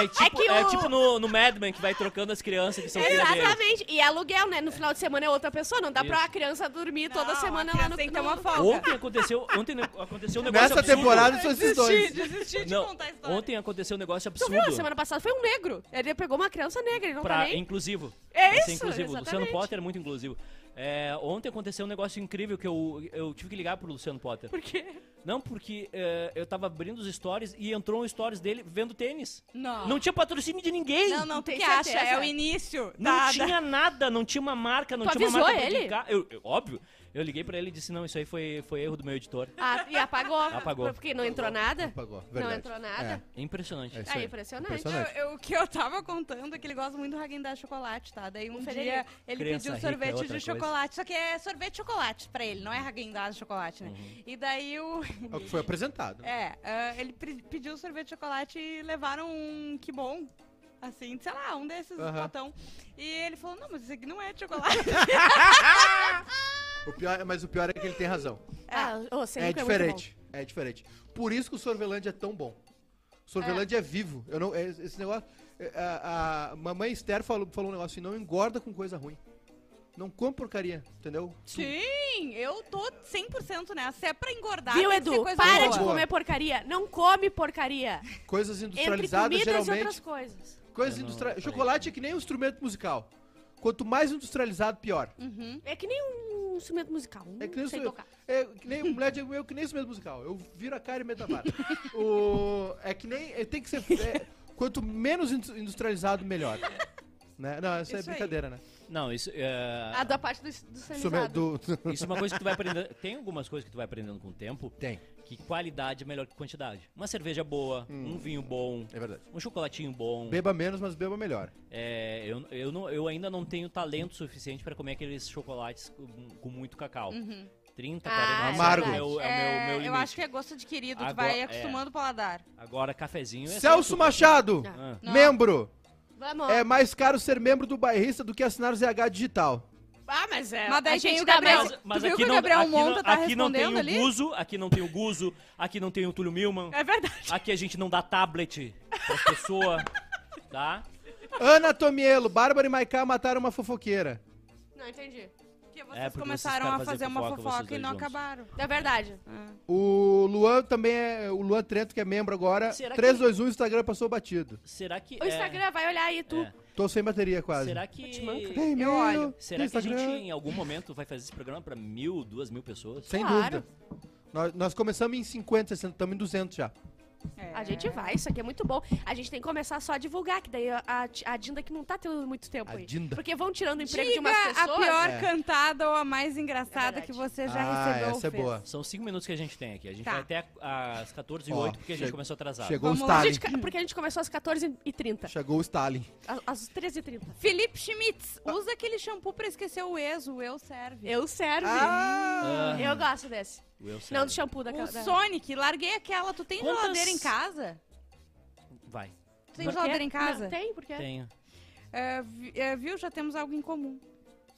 É, é tipo,
que
é
o-
tipo no, no Mad Men que vai trocando as crianças que são filhas dele.
Exatamente. E é aluguel, né? No final de semana é outra pessoa. Não dá pra
Isso.
a criança dormir
Não,
toda
a
semana lá no
criança tem que ter uma
no-
folga.
Ontem aconteceu, ontem ne- aconteceu um negócio
Nessa
absurdo.
temporada são esses
Desisti,
dois.
desisti de
Não,
contar a história.
ontem aconteceu um negócio
Tu
absurdo.
viu a semana passada? Foi um negro. Ele pegou uma criança negra, ele não tá
pra
nem.
inclusivo.
É
Vai ser
isso,
inclusivo. O Luciano
exatamente.
Potter é muito inclusivo. É, ontem aconteceu um negócio incrível que eu, eu tive que ligar pro Luciano Potter.
Por quê?
Não, porque é, eu tava abrindo os stories e entrou um stories dele vendo tênis.
Não.
Não tinha patrocínio de ninguém.
Não, não, tu
Tem
que acha,
certeza?
é o início
Não
da...
tinha nada, não tinha uma marca, não
Tu
tinha uma
avisou
marca pra
ele?
indicar. Eu, eu- óbvio. Eu liguei pra ele e disse, não, isso aí foi, foi erro do meu editor.
Ah, e apagou.
Apagou.
Porque não entrou nada.
Apagou,
Não
verdade.
entrou nada.
É impressionante.
É isso
Ah,
aí.
impressionante.
Impressionante.
Eu- eu- o que eu tava contando é que ele gosta muito do Häagen-Dazs de chocolate, tá? Daí um dia
Federico.
ele
Criança
pediu
rica é
sorvete
outra
de
coisa.
chocolate, só que é sorvete de chocolate pra ele, não é Häagen-Dazs de chocolate, né?
Uhum.
E daí o...
É o que foi apresentado.
É, ah, ele pre- pediu sorvete de chocolate e levaram um que bom. Assim, sei lá, um desses
Aham.
potão. E ele falou, não, mas isso aqui não é de chocolate.
O pior, mas o pior é que ele tem razão.
Ah, ô,
É
Selico muito bom.
diferente. É, diferente. Por isso que o Sorvelândia é tão bom. Sorvelândia é, vivo. Eu não, é- esse negócio. é, A, a mamãe Esther falou, falou um negócio assim: não engorda com coisa ruim. Não come porcaria, entendeu?
Sim, eu tô 100% nessa. Se é pra engordar,
Viu,
tem que ser
Edu?
coisa
Para
boa.
de
Boa.
comer porcaria. Não come porcaria.
Coisas
Entre
industrializadas
comidas e
geralmente.
outras coisas.
Coisas
Eu não
industrializadas.
falei.
Chocolate é que nem um instrumento musical. Quanto mais industrializado, pior.
É que nem um instrumento musical.
É que nem,
não sei
isso,
tocar.
é que nem mulher de amigo meu, que nem isso mesmo musical. Eu viro a cara e meto a vara. o, é que nem. é, Tem que ser. é, quanto menos indu- industrializado, melhor. Né? Não, essa é
Isso aí.
brincadeira, né?
Não, isso é...
A da parte do, do
Isso me-
civilizado.
do-
Isso é uma coisa que tu vai aprendendo. Tem algumas coisas que tu vai aprendendo com o tempo.
Tem.
Que qualidade é melhor que quantidade. Uma cerveja boa, um vinho bom,
É verdade.
um chocolatinho bom.
Beba menos, mas beba melhor.
É, eu, eu, não- eu ainda não tenho talento suficiente pra comer aqueles chocolates com, com muito cacau.
Uhum.
30, 40
Ah,
é
Amargo.
o meu, é o meu, meu
eu
limite.
acho que é gosto adquirido, tu
Agora-
vai
é.
acostumando o paladar.
Agora, cafezinho é
Celso Machado,
Ah.
Não.
membro.
Vamos.
É mais caro ser membro do bairrista do que assinar o ZH Digital.
Ah, mas é.
Mas daí
a gente
tem o
dá
Gabriel.
mais-
Mas, mas
Tu viu
aqui,
que o
não,
Gabriel
aqui, não-
Monta tá
aqui não tem
respondendo ali?
o Guzo, aqui não tem o Guzo, aqui não tem o Túlio Milman,
É verdade.
aqui a gente não dá tablet pra pessoa, tá?
Ana Tomielo, Bárbara e Maiká mataram uma fofoqueira.
Não, entendi.
Porque
É,
vocês
porque
começaram
vocês
a
ficaram
fazer
fazendo
uma
fofoca,
fofoca,
vocês
e não
dois juntos.
acabaram.
É verdade.
O Luan também é. O Luan Trento, que é membro agora.
Será que-
321, o Instagram passou batido.
Será que...
O
é-
Instagram vai olhar aí, tu.
é.
Tô sem bateria quase.
Será
manca.
que...
Tem meu,
olho.
Será que a
Instagram.
gente em algum momento vai fazer esse programa pra mil, duas mil pessoas?
Sem
Claro.
dúvida. Nós, nós começamos em 50, 60, estamos em 200 já.
É.
A gente vai, isso aqui é muito bom. A gente tem que começar só a divulgar, que daí a, a- a Dinda que não tá tendo muito tempo
A
aí.
Dinda.
Porque vão tirando o
Diga
emprego de umas pessoas.
a pior
É.
cantada ou a mais engraçada
É
que
verdade.
você já recebeu.
essa é
Fê.
boa.
São cinco minutos que a gente tem aqui. A gente
Tá.
vai até a- às 14 h
Ó,
08 porque a gente
chegou-
começou atrasado.
Chegou o
Vamos
A
lá.
Stalin.
gente ca- porque a gente começou às 14h30.
Chegou o Stalin.
a- Às 13h30.
Felipe Schmitz, usa aquele shampoo pra esquecer o ex, o eu serve.
Eu serve.
Ah.
Eu gosto desse.
O Eu
Não,
Serve.
do shampoo daquela.
O
da-
Sonic, larguei aquela. Tu tem
Quantas-
geladeira em casa?
Vai.
Tu tem
Por quê?
geladeira em casa?
é? Não, tem, porque.
Tenho.
É, vi- é, viu? Já temos algo em comum.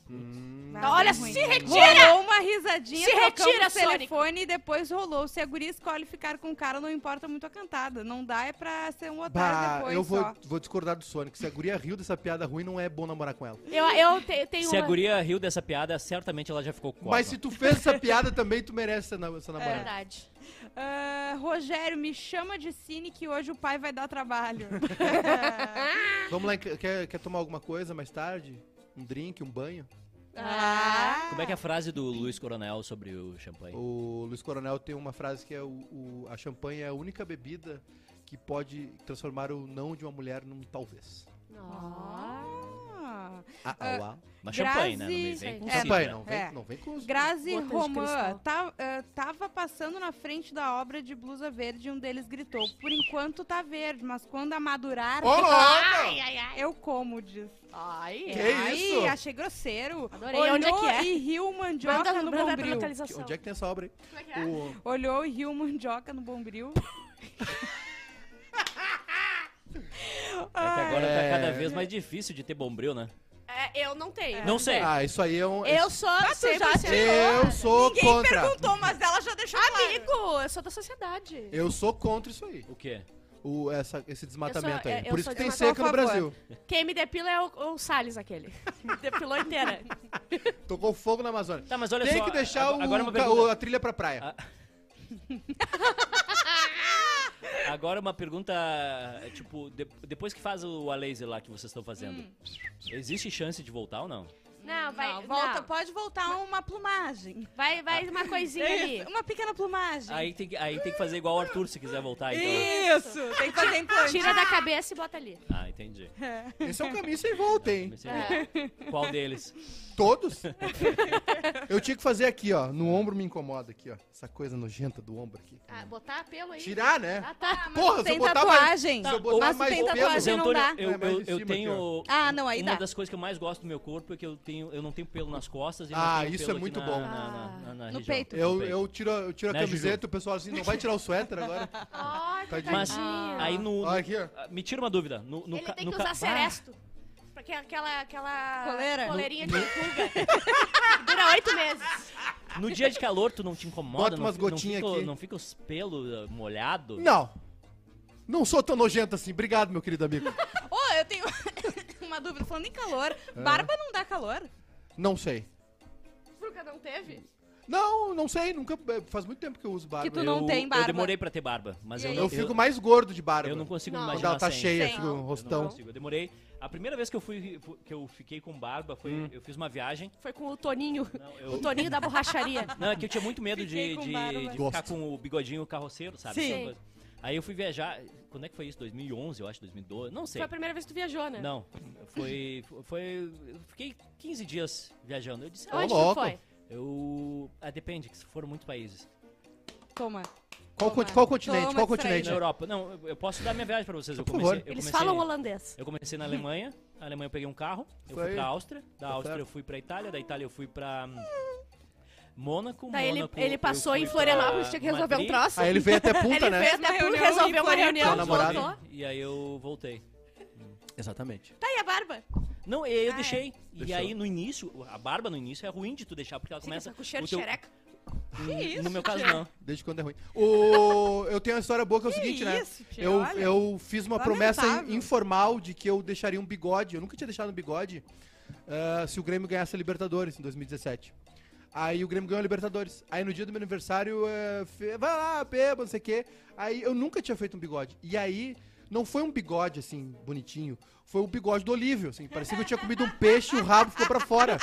Hum.
Vai,
Olha,
ruim.
se retira!
Rolou uma risadinha,
Se
trocamos
retira,
o telefone e depois rolou. Se a guria escolhe ficar com o cara, não importa muito a cantada. Não dá, é pra ser um otário
Bah,
depois
eu
só.
vou, vou discordar do Sonic. Se a guria riu dessa piada ruim, não é bom namorar com ela.
Eu, eu te- tenho
Se a
é
uma...
guria riu dessa piada, certamente ela já ficou com
Mas se tu fez essa piada também, tu merece essa, na- essa
É
namorada.
verdade.
Ah, Rogério, me chama de Cine que hoje o pai vai dar trabalho.
Vamos lá, em ca- quer, quer tomar alguma coisa mais tarde? Um drink, um banho?
Ah.
Como é que é a frase do Luiz Coronel sobre o champanhe?
O Luiz Coronel tem uma frase que é o, o- a champanhe é a única bebida que pode transformar o não de uma mulher num talvez.
Ah.
Ah.
Ah, ah, uau.
Mas champanhe, né? Não
Grazi-
me vem com
É,
cidra.
Um Champanhe, não vem,
é.
não vem com os...
Grazi
Botas de
Roman
cristal.
tá, eh, tava passando na frente da obra de blusa verde e um deles gritou: Por enquanto tá verde, mas quando amadurar,
Ô, louco!
Ai, ai, ai.
eu como, diz.
Ai.
Que
é.
Ai,
isso?
achei grosseiro.
Adorei.
Olhou
Onde é que é?
e riu mandioca
Manda
no
manda pra
bombril.
localização.
Onde é que tem essa obra aí? O-
Olhou e riu mandioca no bombril.
É que agora
É.
tá cada vez mais difícil de ter bombril, né?
É, eu não tenho.
Não sei.
Ah, isso aí é um...
Eu sou
tu já
100%
Eu sou
Ninguém
contra.
perguntou, mas ela já deixou claro.
amigo. Eu sou da sociedade.
Eu sou contra isso aí.
O quê?
O, essa, esse desmatamento
Eu sou-
aí.
eu
Por isso
sou
que tem
desmatamento
seca no
a favor.
Brasil.
Quem me depila é o, o Salles, aquele. Me depilou inteira.
Tocou fogo na Amazônia.
Tá, mas olha
tem
só.
que deixar
ag-
o,
agora é uma
ca-
pergunta.
o- a trilha pra praia.
Ah. Agora é uma pergunta, tipo, de- depois que faz o a laser lá que vocês estão fazendo, existe chance de voltar ou não?
Não, vai.
Não, volta, um
não.
pode voltar uma plumagem.
Vai, vai uma coisinha
É
ali.
É Uma pequena plumagem.
Aí tem, que, aí tem que fazer igual o Arthur se quiser voltar, então.
Isso, tem que fazer implante.
Tira da cabeça e bota ali.
Ah, entendi.
Esse é um caminho sem volta, hein?
Comecei a ver.
É.
Qual deles?
Todos? Eu tinha que fazer aqui, ó. No ombro me incomoda aqui, ó. Essa coisa nojenta do ombro aqui.
Ah, botar pelo aí.
Tirar, né?
Ah, tá.
Porra, se eu
Tem
botar mais...
tatuagem.
Se eu
Ou-
botar
mas
mais
tem
pelo...
Mas,
tatuagem. não
Antônio,
dá.
eu,
É, mas
eu-
em
eu
cima
tenho...
Ah, não, aí
uma
dá.
das coisas que eu mais gosto do meu corpo é que eu tenho, eu não tenho pelo nas costas e não
Ah,
tenho
isso
pelo
é
aqui
muito
na-
bom.
na- na- na- na
Ah, No
região.
peito.
No
Eu,
peito.
eu tiro, a- eu tiro a
Né,
camiseta e o pessoal assim, não vai tirar o suéter agora?
Olha,
Tadinho.
Mas
tadinho.
aí no, no-
Olha aqui, ó.
ah, me tira uma dúvida. No, no
Ele
ca-
tem
no
que
ca-
usar
Ah,
seresto. Porque aquela, aquela
Coleira?
coleirinha de pulga. que Dura oito meses.
No dia de calor tu não te incomoda?
Bota
não
umas
fi- não
gotinhas
fica-
aqui.
Não fica os eh, pelos molhados?
Não. Não sou tão nojento assim. Obrigado, meu querido amigo.
Ô, eu tenho uma dúvida. Falando em calor,
Ah.
barba não dá calor?
Não sei.
Pulga não teve?
Não, não sei. Nunca... é, Faz muito tempo que eu uso barba.
Que tu não tem
Eu
barba.
demorei pra ter barba, mas
E
eu
aí?
não,
Eu fico mais gordo de barba.
eu não consigo
Não.
me
Quando
imaginar
ela tá
sem.
cheia,
Sem.
fica um
Não,
Eu não
rostão.
consigo. Eu demorei. A primeira vez que eu fui que eu fiquei com barba foi
Hum.
eu fiz uma viagem.
Foi com o Toninho.
Não,
O
eu
Toninho da borracharia.
Não, é que eu tinha muito medo
Fiquei
de,
com
de-
barba.
de
Gosto.
ficar com o bigodinho carroceiro, sabe?
Sim.
Essa coisa. Aí eu fui viajar, quando é que foi isso? 2011, eu acho, 2012, não sei.
Foi a primeira vez que tu viajou, né?
Não, foi foi eu fiquei 15 dias viajando. Eu disse, ah,
Onde
Ô,
tu
louco.
foi?
eu ah, depende, que foram muitos países.
Toma. Toma.
Qual, conti- qual continente?
Toma, distraída.
Qual continente?
Na Europa. Não, eu- eu posso dar minha viagem pra vocês. Eu
né? Por
comecei,
favor.
eu
Eles
comecei-
falam holandês.
Eu comecei na Alemanha, na Alemanha eu peguei um carro, eu
Isso aí.
fui pra Áustria, da
Tá
Áustria
certo.
eu fui pra Itália, da Itália eu fui pra hum, Mônaco,
Daí ele,
Mônaco,
ele
eu
passou
fui
em
pra
Florianópolis, tinha que resolver
Madrid,
um troço.
Aí ele veio até
Ele
punta, né?
fez
Uma
até por
reunião
resolver
em
uma
Florianópolis.
reunião,
Seu namorado.
voltou.
E aí eu voltei.
Exatamente.
Tá, e a barba?
Não, e aí eu
Ah, é.
deixei. E
Deixou.
aí no início, a barba no início é ruim de tu deixar, porque ela começa.
Fica tá com cheiro
o
de
teu- Hum,
xereca.
No meu caso, não.
Desde quando é ruim. O... Eu tenho uma história boa que é o seguinte, né?
isso, tio,
Eu,
olha.
eu fiz uma promessa in-
Lamentável.
informal de que eu deixaria um bigode. Eu nunca tinha deixado um bigode ah, se o Grêmio ganhasse a Libertadores em 2017. Aí o Grêmio ganhou a Libertadores. Aí no dia do meu aniversário, eh, fe- vai lá, beba, não sei o quê. Aí eu nunca tinha feito um bigode. E aí, não foi um bigode assim, bonitinho. Foi o bigode do Olívio, assim. Parecia que eu tinha comido um peixe e o rabo ficou pra fora.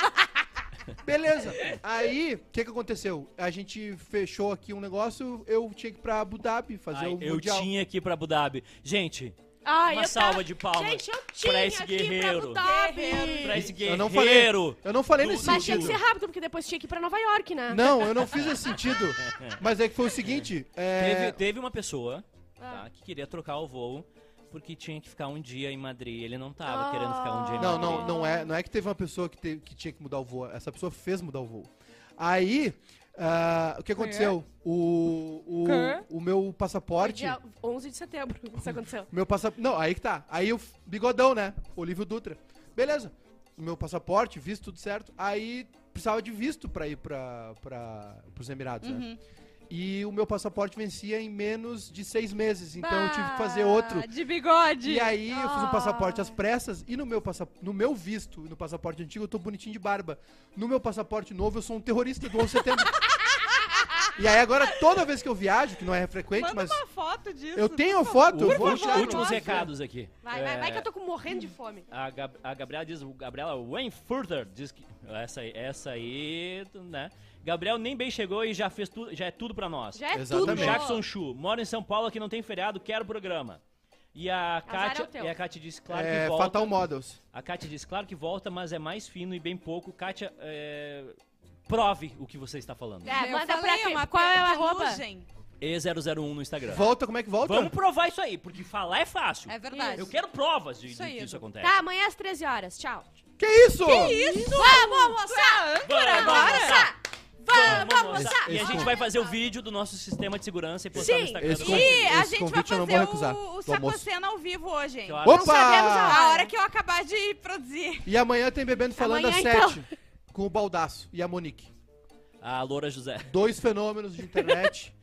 Beleza. Aí, o que que aconteceu? A gente fechou aqui um negócio, eu tinha que ir pra Abu Dhabi fazer
Ai,
o
eu
Mundial.
tinha que ir pra Abu Dhabi. Gente,
Ai,
uma
eu
salva
tava-
de palmas.
Gente, eu tinha
esse
aqui pra
guerreiro.
Abu Dhabi.
Pra esse guerreiro.
Eu não falei, eu não falei nesse
Mas tinha que
sentido.
ser rápido, porque depois tinha que ir pra Nova York, né?
Não, eu não fiz esse sentido. Mas é que foi o seguinte,
Teve,
é...
teve uma pessoa
Ah.
tá, que queria trocar o voo porque tinha que ficar um dia em Madrid. Ele não tava
Ah.
querendo ficar um dia em
Não,
Madrid.
não, não é, não é que teve uma pessoa que, teve- que tinha que mudar o voo. Essa pessoa fez mudar o voo. Aí, ah, o que aconteceu? O, o, o meu
Foi
passaporte...
dia 11 de setembro, isso aconteceu.
Meu passaporte. Não, aí que tá. Aí o bigodão, né? Olívio Dutra. Beleza. Meu passaporte, visto, tudo certo. Aí precisava de visto pra ir pra, pra, pros Emirados, né? E o meu passaporte vencia em menos de seis meses. Então eu tive que fazer outro.
Ah, De bigode.
E aí eu fiz um passaporte
Ah.
às pressas e no meu, passa... no meu visto, e no passaporte antigo, eu tô bonitinho de barba. No meu passaporte novo, eu sou um terrorista do 11 de setembro. e aí agora, toda vez que eu viajo, que não é frequente,
Manda
mas
uma foto disso.
eu tenho a foto, eu
Últimos-
vou tirar.
últimos
foto.
recados aqui.
Vai, vai,
É,
vai que eu tô com- morrendo de fome.
A, Gab a Gabriela diz, o Gabriela Weinfurter diz que. Essa aí, essa aí, tu- né? Gabriel nem bem chegou e já fez tudo, já é tudo pra nós.
Já é
Exatamente.
tudo.
Jackson Chu, mora em São Paulo que não tem feriado, quero programa. E
Azar
a
é o
Kátia,
teu.
e a Kátia disse, claro
é,
que volta.
Fatal Models.
A Kátia disse, claro que volta, mas é mais fino e bem pouco. Kátia, é, prove o que você está falando.
É,
Eu
manda pra
falei,
quem?
uma
Qual é o arroba?
penugem.
E001 no Instagram.
Volta, como é que volta?
Vamos provar isso aí, porque falar é fácil.
É verdade.
Eu quero provas de,
Isso
de
aí,
que isso
Edu.
acontece.
Tá, amanhã às 13 horas. Tchau.
Que isso?
Isso! Vamos almoçar!
Bora,
Vamos
bora.
almoçar! Vamos almoçar!
E a gente vai fazer o vídeo do nosso sistema de segurança e postar
Sim.
no Instagram.
Esse
do
convite-
Convite.
E a
esse
gente vai
convite eu não vou
fazer
recusar,
o, o
do
Sacocena ao vivo hoje, hein?
Claro.
Opa!
sabemos a hora.
Ah.
A hora que eu acabar de produzir.
E amanhã tem Bebendo Falando
Amanhã,
às
então.
7. Com o Baldaço e a Monique.
A Loura José.
Dois fenômenos de internet.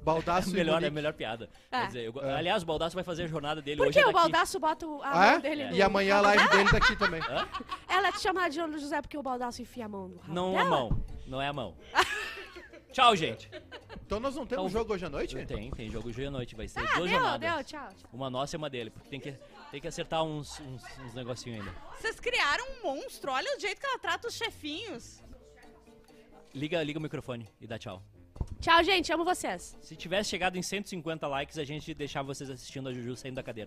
Baldaço
melhor,
e
é a
Monique.
melhor piada.
É.
Quer dizer, eu go-
É.
Aliás, o Baldaço vai fazer a jornada dele
Por
hoje.
que o
daqui.
Baldaço bota o- a
Ah,
mão dele né?
é?
no...
E amanhã a live dele tá aqui também.
Ela te chama de Ana José porque o Baldaço enfia a mão no rabo
Não
dela.
a mão. Não é a mão. Tchau, gente.
Então nós não temos
Então,
jogo hoje à noite?
Tem, tem jogo hoje à noite. Vai ser
Ah,
duas
deu,
jornadas.
deu. Tchau, tchau.
Tá. Uma nossa e uma dele, porque tem que, tem que acertar uns, uns, uns negocinhos ainda.
Vocês criaram um monstro. Olha o jeito que ela trata os chefinhos.
Liga, liga o microfone e dá tchau.
Tchau, gente. Amo vocês.
Se tivesse chegado em 150 likes, a gente deixava vocês assistindo a Juju saindo da cadeira.